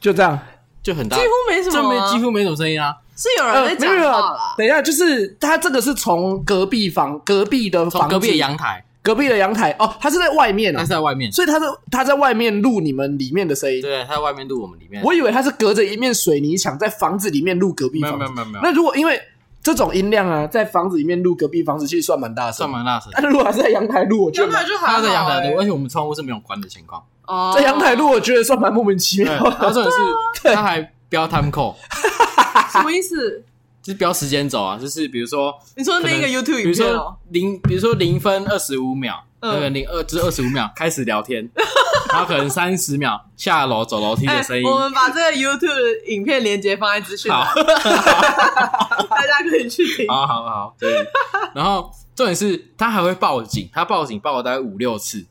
[SPEAKER 1] 就这样，
[SPEAKER 3] 就很大，
[SPEAKER 2] 几乎没什么
[SPEAKER 3] 这
[SPEAKER 2] 啊，
[SPEAKER 3] 没几乎没呃什么声音啊，
[SPEAKER 2] 是有人在
[SPEAKER 1] 呃没有没
[SPEAKER 2] 讲
[SPEAKER 1] 有
[SPEAKER 2] 话啦，
[SPEAKER 1] 等一下，就是他这个是从隔壁房、隔壁的
[SPEAKER 3] 从
[SPEAKER 1] 房、
[SPEAKER 3] 隔壁的、阳台，
[SPEAKER 1] 隔壁的阳台哦，他是在外面
[SPEAKER 3] 但
[SPEAKER 1] 啊
[SPEAKER 3] 是，在外面，
[SPEAKER 1] 所以他是他在外面录你们里面的声音。
[SPEAKER 3] 对，他在外面录我们里面，
[SPEAKER 1] 我以为他是隔着一面水泥墙，在房子里面录隔壁
[SPEAKER 3] 没
[SPEAKER 1] 房
[SPEAKER 3] 有
[SPEAKER 1] 子。
[SPEAKER 3] 没有没有没有，
[SPEAKER 1] 那如果因为这种音量啊，在房子里面录隔壁房子，其实算蛮大声
[SPEAKER 3] 算
[SPEAKER 1] 的。
[SPEAKER 3] 蛮大声，
[SPEAKER 1] 那、如果还是在阳台录，我觉
[SPEAKER 2] 阳
[SPEAKER 1] 得
[SPEAKER 2] 台
[SPEAKER 1] 蛮
[SPEAKER 2] 就哎还
[SPEAKER 3] 他
[SPEAKER 2] 好
[SPEAKER 3] 在阳台
[SPEAKER 2] 欸
[SPEAKER 3] 录，而且我们窗户是没有关的情况，
[SPEAKER 2] 哦，
[SPEAKER 1] 在阳台录，我觉得算蛮莫名其
[SPEAKER 2] 啊
[SPEAKER 3] 对，
[SPEAKER 1] 妙
[SPEAKER 3] 然后重点是他还标 time call，
[SPEAKER 2] 什么意思？
[SPEAKER 3] 就是标时间轴啊，就是比如说。
[SPEAKER 2] 你说那个 YouTube
[SPEAKER 3] 比
[SPEAKER 2] 影
[SPEAKER 3] 如
[SPEAKER 2] 片哦
[SPEAKER 3] 说，零，比如说零分二十五秒，
[SPEAKER 2] 嗯
[SPEAKER 3] 那个零二至二十五秒开始聊天，然后可能三十秒下楼走楼梯
[SPEAKER 2] 哎
[SPEAKER 3] 的声音，
[SPEAKER 2] 我们把这个 YouTube 影片连接放在资讯
[SPEAKER 3] 好，
[SPEAKER 2] 栏，大家可以去听。
[SPEAKER 3] 好好好，对。然后重点是他还会报警，他报警报了大概五六次。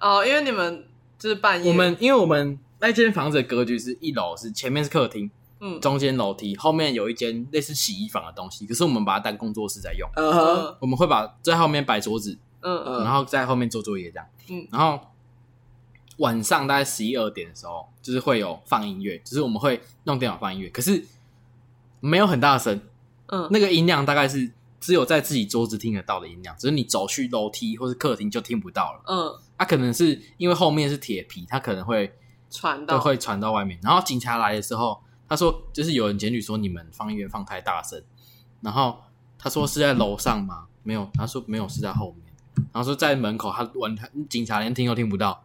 [SPEAKER 2] 哦，因为你们就是半夜，
[SPEAKER 3] 我们因为我们那间房子的格局是一楼是前面是客厅，
[SPEAKER 2] 嗯
[SPEAKER 3] 中间楼梯，后面有一间类似洗衣房的东西，可是我们把它当工作室在用。
[SPEAKER 1] 嗯哼，
[SPEAKER 2] 嗯
[SPEAKER 3] 我们会把在后面摆桌子，
[SPEAKER 2] 嗯
[SPEAKER 1] 嗯
[SPEAKER 3] 然后在后面做作业这样。
[SPEAKER 2] 嗯
[SPEAKER 3] 然后晚上大概十一二点的时候，就是会有放音乐，就是我们会弄电脑放音乐，可是没有很大声，
[SPEAKER 2] 嗯，
[SPEAKER 3] 那个音量大概是只有在自己桌子听得到的音量，只是你走去楼梯或是客厅就听不到了。
[SPEAKER 2] 嗯
[SPEAKER 3] 它、可能是因为后面是铁皮，它可能会
[SPEAKER 2] 传
[SPEAKER 3] 都
[SPEAKER 2] 到
[SPEAKER 3] 会传到外面。然后警察来的时候，他说就是有人检举说你们放音乐放太大声，然后他说是在楼上吗？没有，他说没有是在后面，然后说在门口，他完他警察连听都听不到。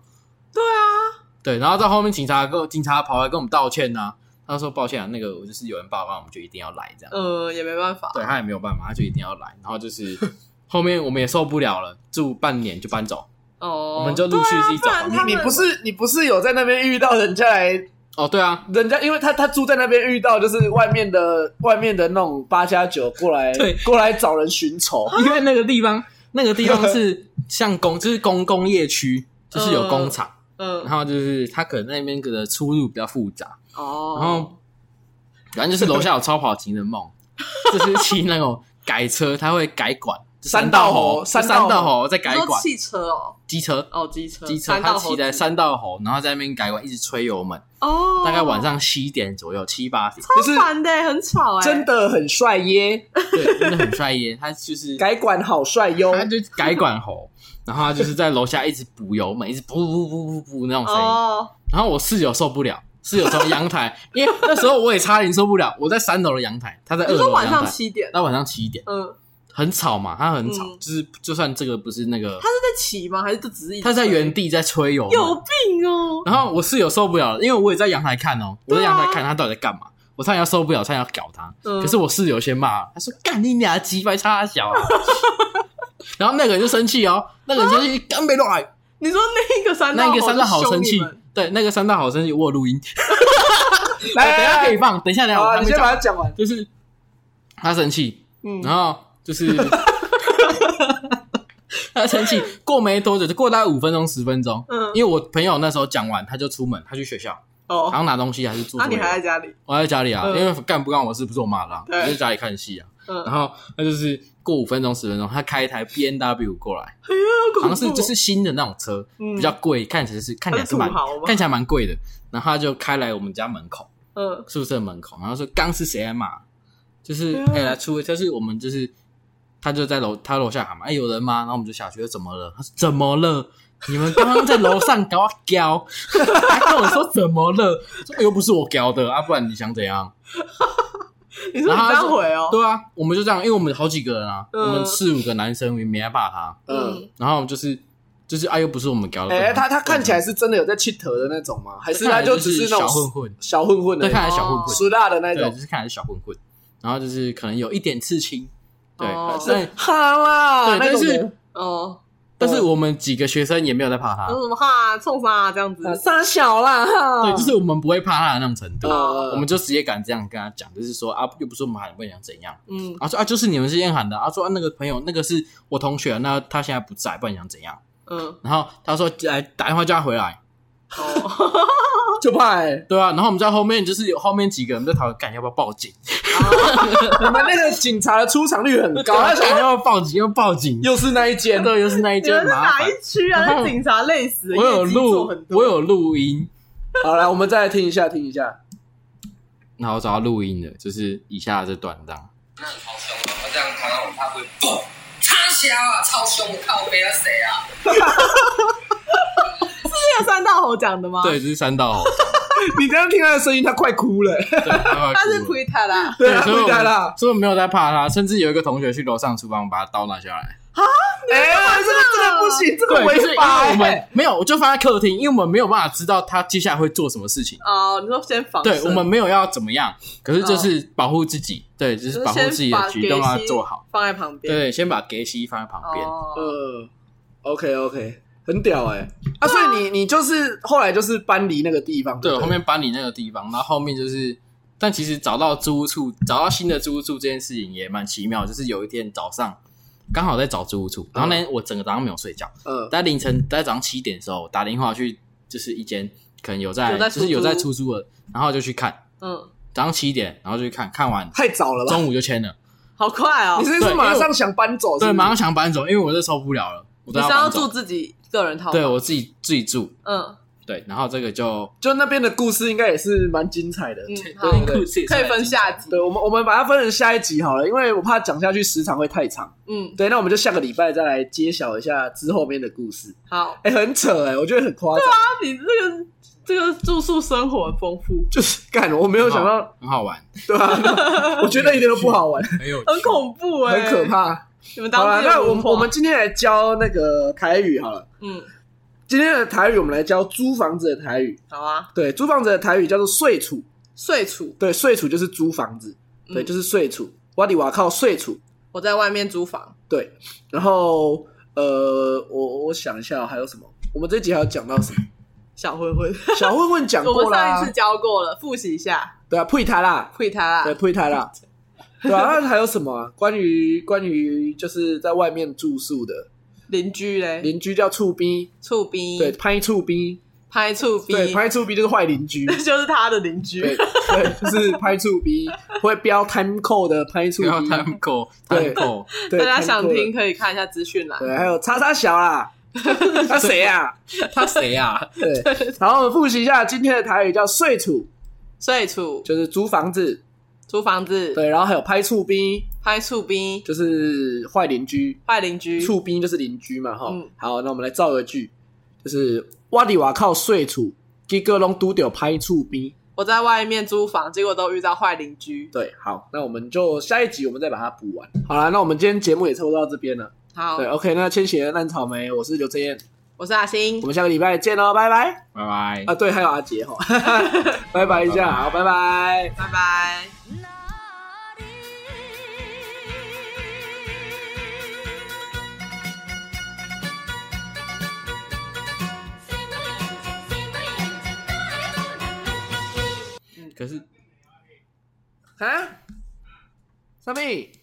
[SPEAKER 2] 对啊，
[SPEAKER 3] 对，然后到后面警察跟警察跑来跟我们道歉呐、他说抱歉啊，那个我就是有人报案，我们就一定要来这样。
[SPEAKER 2] 嗯，也没办法，
[SPEAKER 3] 对他也没有办法，他就一定要来。然后就是后面我们也受不了了，住半年就搬走。
[SPEAKER 2] 哦，
[SPEAKER 3] 我们就陆续自己找
[SPEAKER 2] 对啊不然他们
[SPEAKER 1] 你不是你不是有在那边遇到人家来，
[SPEAKER 3] 哦，对啊，
[SPEAKER 1] 人家因为他他住在那边遇到就是外面的外面的那种八加九过来
[SPEAKER 3] 对
[SPEAKER 1] 过来找人寻仇，
[SPEAKER 3] 因为那个地方，那个地方是像工，就是工工业区，就是有工厂，
[SPEAKER 2] 嗯
[SPEAKER 3] 然，后就是他可能那边的出入比较复杂，
[SPEAKER 2] 哦，
[SPEAKER 3] 然后反正就是楼下有超跑情人梦，就是骑那种改车，他会改管
[SPEAKER 1] 三道
[SPEAKER 3] 道
[SPEAKER 1] 猴
[SPEAKER 3] 三
[SPEAKER 1] 三道猴
[SPEAKER 3] 道猴再
[SPEAKER 2] 你
[SPEAKER 3] 改
[SPEAKER 2] 说
[SPEAKER 3] 管
[SPEAKER 2] 汽车哦，
[SPEAKER 3] 机车。
[SPEAKER 2] 哦，机车，
[SPEAKER 3] 机车，
[SPEAKER 2] 三
[SPEAKER 3] 他
[SPEAKER 2] 道猴
[SPEAKER 3] 骑在
[SPEAKER 2] 子
[SPEAKER 3] 三道猴，然后在那边改管，一直吹油门，
[SPEAKER 2] 哦，
[SPEAKER 3] 大概晚上七点左右，七八点，
[SPEAKER 1] 就是
[SPEAKER 2] 超烦的，很吵哎，
[SPEAKER 1] 真的很帅耶，
[SPEAKER 3] 对，真的很帅耶。他就是
[SPEAKER 1] 改管好帅哟。
[SPEAKER 2] 哦
[SPEAKER 3] 他就改管猴，然后他就是在楼下一直补油门，一直噗噗噗噗噗那种声音。
[SPEAKER 2] 哦，
[SPEAKER 3] 然后我室友受不了，室友从阳台，因为那时候我也差点受不了，我在三楼的阳台，他在
[SPEAKER 2] 你
[SPEAKER 3] 二楼
[SPEAKER 2] 说
[SPEAKER 3] 的
[SPEAKER 2] 晚
[SPEAKER 3] 阳
[SPEAKER 2] 上
[SPEAKER 3] 台。
[SPEAKER 2] 七点，
[SPEAKER 3] 到晚上七点，
[SPEAKER 2] 嗯，
[SPEAKER 3] 很吵嘛，他很吵，
[SPEAKER 2] 嗯
[SPEAKER 3] 就是就算这个不是那个
[SPEAKER 2] 他，是在骑吗？还是就只是一直
[SPEAKER 3] 他在
[SPEAKER 2] 吹
[SPEAKER 3] 原地在吹油门。
[SPEAKER 2] 有病哦？
[SPEAKER 3] 然后我室友受不了了，因为我也在阳台看哦，我在
[SPEAKER 2] 对啊
[SPEAKER 3] 阳台看他到底在干嘛，我差点要受不了，差点要搞他。
[SPEAKER 2] 嗯
[SPEAKER 3] 可是我室友先骂了，他说：“干你俩鸡掰差小、啊。”然后那个人就生气哦，那个人就生气，干杯来，
[SPEAKER 2] 你说那个三道
[SPEAKER 3] 那
[SPEAKER 2] 猴
[SPEAKER 3] 个三大好
[SPEAKER 2] 就凶
[SPEAKER 3] 生
[SPEAKER 2] 你
[SPEAKER 3] 气
[SPEAKER 2] 们，
[SPEAKER 3] 对，那个三大好生气，我有录音，
[SPEAKER 1] 来
[SPEAKER 3] 等一下
[SPEAKER 1] 来
[SPEAKER 3] 可以
[SPEAKER 1] 来，
[SPEAKER 3] 放，等一下等一
[SPEAKER 1] 好
[SPEAKER 3] 下，我
[SPEAKER 1] 啊，
[SPEAKER 3] 还
[SPEAKER 1] 你
[SPEAKER 3] 没
[SPEAKER 1] 先
[SPEAKER 3] 讲
[SPEAKER 1] 把
[SPEAKER 3] 完，
[SPEAKER 1] 它讲完。
[SPEAKER 3] 就是他生气，
[SPEAKER 1] 嗯
[SPEAKER 3] 然后就是他生气，过没多久，就过大概五分钟十分钟，
[SPEAKER 2] 嗯
[SPEAKER 3] 因为我朋友那时候讲完，他就出门，他去学校，
[SPEAKER 2] 哦
[SPEAKER 3] 好，像拿东西还是做
[SPEAKER 2] 那你
[SPEAKER 3] 作业，
[SPEAKER 2] 还在家里？
[SPEAKER 3] 我在家里啊，
[SPEAKER 2] 嗯
[SPEAKER 3] 因为干不干我的事不是我妈的、啊，我
[SPEAKER 2] 对
[SPEAKER 3] 在家里看戏啊，
[SPEAKER 2] 嗯，
[SPEAKER 3] 然后那就是过五分钟十分钟，他开一台 B N W 过来，
[SPEAKER 2] 哎呀，
[SPEAKER 3] 好
[SPEAKER 2] 恐
[SPEAKER 3] 像
[SPEAKER 2] 怖
[SPEAKER 3] 是就是新的那种车，
[SPEAKER 2] 嗯
[SPEAKER 3] 比较贵，看起来是看起来是蛮
[SPEAKER 2] 它是土豪吗
[SPEAKER 3] 看起来蛮贵的。然后他就开来我们家门口，
[SPEAKER 2] 嗯
[SPEAKER 3] 宿舍门口，然后说刚是谁在骂，就是
[SPEAKER 2] 哎呀
[SPEAKER 3] 哎、来出，就是我们就是他就在楼他楼下喊嘛，哎、有人吗？然后我们就下去，哎怎么了？他说怎么了？你们刚刚在楼上搞我 搞，他跟我说怎么了？我说又不是我搞的啊，不然你想怎样？
[SPEAKER 2] 你说
[SPEAKER 3] 然
[SPEAKER 2] 你
[SPEAKER 3] 后
[SPEAKER 2] 这
[SPEAKER 3] 他
[SPEAKER 2] 样
[SPEAKER 3] 说
[SPEAKER 2] 回哦？
[SPEAKER 3] 对啊，我们就这样，因为我们好几个人啊，
[SPEAKER 2] 嗯
[SPEAKER 3] 我们四五个男生，我们没办法他。
[SPEAKER 1] 嗯，
[SPEAKER 3] 然后就是就是啊，又不是我们搞的。
[SPEAKER 1] 哎，他他看起来是真的有在气头的那种吗？还是
[SPEAKER 3] 看起
[SPEAKER 1] 他
[SPEAKER 3] 来
[SPEAKER 1] 就只
[SPEAKER 3] 是
[SPEAKER 1] 那
[SPEAKER 3] 小混
[SPEAKER 1] 种
[SPEAKER 3] 混，
[SPEAKER 1] 小混混的
[SPEAKER 3] 对，看起来小混混，
[SPEAKER 1] 苏大的那
[SPEAKER 3] 对，
[SPEAKER 1] 种
[SPEAKER 3] 就？是看起来小混混。然后就是可能有一点刺青，对
[SPEAKER 2] 哦，
[SPEAKER 3] 但
[SPEAKER 1] 哈啦，
[SPEAKER 3] 对
[SPEAKER 1] 那种
[SPEAKER 3] 但是
[SPEAKER 1] 的
[SPEAKER 2] 哦，
[SPEAKER 3] 但是我们几个学生也没有在怕他
[SPEAKER 2] 那，
[SPEAKER 1] 嗯
[SPEAKER 2] 什么哈冲啥这样子？
[SPEAKER 1] 啊傻小啦，哈
[SPEAKER 3] 对，就是我们不会怕他的那种程度，
[SPEAKER 1] 呃
[SPEAKER 3] 我们就直接敢这样跟他讲，就是说啊，又不是我们喊，不想怎样。
[SPEAKER 2] 嗯，
[SPEAKER 3] 啊说啊，就是你们之前喊的啊，说啊那个朋友那个是我同学，那他现在不在，不然你想怎样？
[SPEAKER 2] 嗯，
[SPEAKER 3] 然后他说来打电话叫他回来，
[SPEAKER 2] 哦，
[SPEAKER 1] 就怕哎，
[SPEAKER 3] 对啊，然后我们在后面就是有后面几个人在讨论，干要不要报警？
[SPEAKER 1] 你们那个警察的出场率 很高，
[SPEAKER 3] 搞
[SPEAKER 1] 他
[SPEAKER 3] 要想
[SPEAKER 1] 想
[SPEAKER 3] 要不要报警，要报警，
[SPEAKER 1] 又是那一间，
[SPEAKER 3] 啊对，又是那一
[SPEAKER 2] 你
[SPEAKER 3] 间
[SPEAKER 2] 们是
[SPEAKER 3] 麻
[SPEAKER 2] 哪
[SPEAKER 3] 烦
[SPEAKER 2] 一。区啊？
[SPEAKER 3] 然后
[SPEAKER 2] 那警察累死了，
[SPEAKER 3] 我有
[SPEAKER 2] 业绩做
[SPEAKER 3] 录
[SPEAKER 2] 很，多
[SPEAKER 3] 我有录音，
[SPEAKER 1] 好，来，我们再来听一下，听一下。
[SPEAKER 3] 然后我找到录音的，就是以下这段这样。
[SPEAKER 4] 那你好凶哦！那这样弹到我怕会嘣，插瞎啊，超凶的靠背啊，谁啊？
[SPEAKER 2] 这啊个三大猴讲的吗？
[SPEAKER 3] 对，，这是三道猴，
[SPEAKER 1] 你刚刚听他的声音，他快哭了。
[SPEAKER 3] 对他
[SPEAKER 2] 他
[SPEAKER 3] 快
[SPEAKER 2] 是啊
[SPEAKER 3] 哭了
[SPEAKER 2] pre 他啦，
[SPEAKER 1] 对，他啊
[SPEAKER 3] 所以
[SPEAKER 1] 回
[SPEAKER 3] 我
[SPEAKER 1] 来
[SPEAKER 3] 们
[SPEAKER 1] 了。
[SPEAKER 3] 所以我没有在怕他，甚至有一个同学去楼上厨房把他刀拿下来。
[SPEAKER 1] 哎，这个这个不行，这个
[SPEAKER 3] 对，就是
[SPEAKER 1] 违
[SPEAKER 3] 因
[SPEAKER 1] 法
[SPEAKER 2] 哎
[SPEAKER 3] 为
[SPEAKER 1] 欸。
[SPEAKER 3] 我们没有，我就放在客厅，因为我们没有办法知道他接下来会做什么事情。
[SPEAKER 2] 哦，你说先防身，
[SPEAKER 3] 对，我们没有要怎么样，可是就是保护自己，对，
[SPEAKER 2] 嗯
[SPEAKER 3] 就
[SPEAKER 2] 就是是
[SPEAKER 3] 保护
[SPEAKER 2] 先
[SPEAKER 3] 自己
[SPEAKER 2] 把
[SPEAKER 3] 的举动要
[SPEAKER 2] 给息
[SPEAKER 3] 做好。
[SPEAKER 2] 放在旁边，
[SPEAKER 3] 对，先把给息放在旁边。
[SPEAKER 2] 哦，
[SPEAKER 1] 呃，OK OK，很屌哎。啊，所以你你就是后来就是搬离那个地方，
[SPEAKER 3] 对，
[SPEAKER 1] 不
[SPEAKER 3] 后面搬离那个地方，然后后面就是，但其实找到租屋处，找到新的租屋处这件事情也蛮奇妙。就是有一天早上，刚好在找租屋
[SPEAKER 2] 嗯
[SPEAKER 3] 处，然后呢，我整个早上没有睡觉，
[SPEAKER 1] 呃，
[SPEAKER 3] 在凌晨在早上七点的时候，我打电话去，就是一间可能有在
[SPEAKER 2] 有在出
[SPEAKER 3] 就
[SPEAKER 2] 租
[SPEAKER 3] 是有在出租的，然后就去看，
[SPEAKER 2] 嗯，
[SPEAKER 3] 早上七点，然后就去看看完，
[SPEAKER 1] 太早了吧？
[SPEAKER 3] 中午就签了，
[SPEAKER 2] 好快哦
[SPEAKER 1] 你，是
[SPEAKER 3] 对
[SPEAKER 1] 说
[SPEAKER 3] 因为
[SPEAKER 1] 马
[SPEAKER 3] 我
[SPEAKER 1] 上想搬走？
[SPEAKER 3] 对，
[SPEAKER 1] 是不是
[SPEAKER 3] 马上想搬走，因为我是受不了了，我
[SPEAKER 2] 你
[SPEAKER 3] 都
[SPEAKER 2] 是要
[SPEAKER 3] 搬
[SPEAKER 2] 住
[SPEAKER 3] 走，
[SPEAKER 2] 自己个人套房，
[SPEAKER 3] 对我自己自己住，
[SPEAKER 2] 嗯
[SPEAKER 3] 对，然后这个就
[SPEAKER 1] 就那边的故事应该也是蛮精彩的。
[SPEAKER 2] 嗯，好
[SPEAKER 3] 对，故事也是
[SPEAKER 2] 可以
[SPEAKER 3] 蛮
[SPEAKER 2] 分
[SPEAKER 3] 精彩
[SPEAKER 2] 下
[SPEAKER 3] 的
[SPEAKER 2] 集，
[SPEAKER 1] 对，我们我们把它分成下一集好了，因为我怕讲下去时长会太长。
[SPEAKER 2] 嗯，
[SPEAKER 1] 对，那我们就下个礼拜再来揭晓一下之后面的故事。
[SPEAKER 2] 好，
[SPEAKER 1] 哎、很扯哎、我觉得很夸张，
[SPEAKER 2] 那你这个这个住宿生活很丰富，
[SPEAKER 1] 就是干，我没有想
[SPEAKER 2] 哦
[SPEAKER 1] 到，
[SPEAKER 3] 很好玩，
[SPEAKER 1] 对吧、我觉得一点都不好 玩，
[SPEAKER 3] 很有
[SPEAKER 2] 很恐怖哎，
[SPEAKER 1] 很可。怕。
[SPEAKER 2] 你们
[SPEAKER 1] 好
[SPEAKER 2] 当
[SPEAKER 1] 了，
[SPEAKER 2] 地有
[SPEAKER 1] 那我
[SPEAKER 2] 文
[SPEAKER 1] 们
[SPEAKER 2] 化
[SPEAKER 1] 我们今天来教那个台语好了。
[SPEAKER 2] 嗯，
[SPEAKER 1] 今天的台语我们来教租房子的台语，
[SPEAKER 2] 好啊，
[SPEAKER 1] 对，租房子的台语叫做睡处，
[SPEAKER 2] 睡处，
[SPEAKER 1] 对，睡处就是租房子，对，
[SPEAKER 2] 嗯
[SPEAKER 1] 就是睡处，瓦里瓦靠睡处，
[SPEAKER 2] 我在外面租房，
[SPEAKER 1] 对，然后呃，我我想一下哦还有什么，我们这集还有讲到什么？
[SPEAKER 2] 小混混，
[SPEAKER 1] 小混混讲
[SPEAKER 2] 我
[SPEAKER 1] 过
[SPEAKER 2] 们上一
[SPEAKER 1] 啦
[SPEAKER 2] 次，啊教过了，复习一下，
[SPEAKER 1] 对啊，配台啦，
[SPEAKER 2] 会他
[SPEAKER 1] 对，
[SPEAKER 2] 啦，
[SPEAKER 1] 配台 啦，对啊，那还有什么、啊？关于关于就是在外面住宿的
[SPEAKER 2] 邻居嘞，
[SPEAKER 1] 邻居叫厝逼，
[SPEAKER 2] 厝边，
[SPEAKER 1] 对，拍厝逼，
[SPEAKER 2] 拍醋逼，
[SPEAKER 1] 对， 拍醋逼就是坏邻居。
[SPEAKER 2] 就是他的
[SPEAKER 1] 对
[SPEAKER 2] 邻居，
[SPEAKER 1] 对，就是拍醋逼，会标 time code 的拍醋
[SPEAKER 3] 不
[SPEAKER 1] 逼
[SPEAKER 3] 要，贪口，
[SPEAKER 1] 对
[SPEAKER 3] 贪口，
[SPEAKER 1] 对，
[SPEAKER 2] 大家想
[SPEAKER 1] time code
[SPEAKER 2] 听可以看一下资讯栏。
[SPEAKER 1] 对，还啊有叉叉小啦，他谁呀？
[SPEAKER 3] 他谁啊呀？
[SPEAKER 1] 对，然后我们复习一下今天的台语叫睡处，
[SPEAKER 2] 睡处、
[SPEAKER 1] 就是租房子，
[SPEAKER 2] 租房子、
[SPEAKER 1] 对，然后还有拍醋逼，
[SPEAKER 2] 拍醋逼、
[SPEAKER 1] 就是坏邻居，
[SPEAKER 2] 坏邻居、
[SPEAKER 1] 醋逼就是邻居嘛，哈
[SPEAKER 2] 嗯。
[SPEAKER 1] 好，那我们来造个句，就是哇里哇靠睡处，结果拢都丢拍醋逼。
[SPEAKER 2] 我在外面租房，结果都遇到坏邻居。
[SPEAKER 1] 对，好，那我们就下一集我们再把它补完。好了，那我们今天节目也差不多到这边了。
[SPEAKER 2] 好
[SPEAKER 1] 对，，OK，那啊千禧的烂草莓，我是刘正燕，
[SPEAKER 2] 我是阿星
[SPEAKER 1] 我，们下个礼拜见喽，拜拜
[SPEAKER 3] 拜拜
[SPEAKER 1] 啊！。对，还有阿杰哈， 拜拜一下，好，拜拜。
[SPEAKER 2] 拜拜。
[SPEAKER 5] なり
[SPEAKER 3] 可是
[SPEAKER 1] 啊？三妹。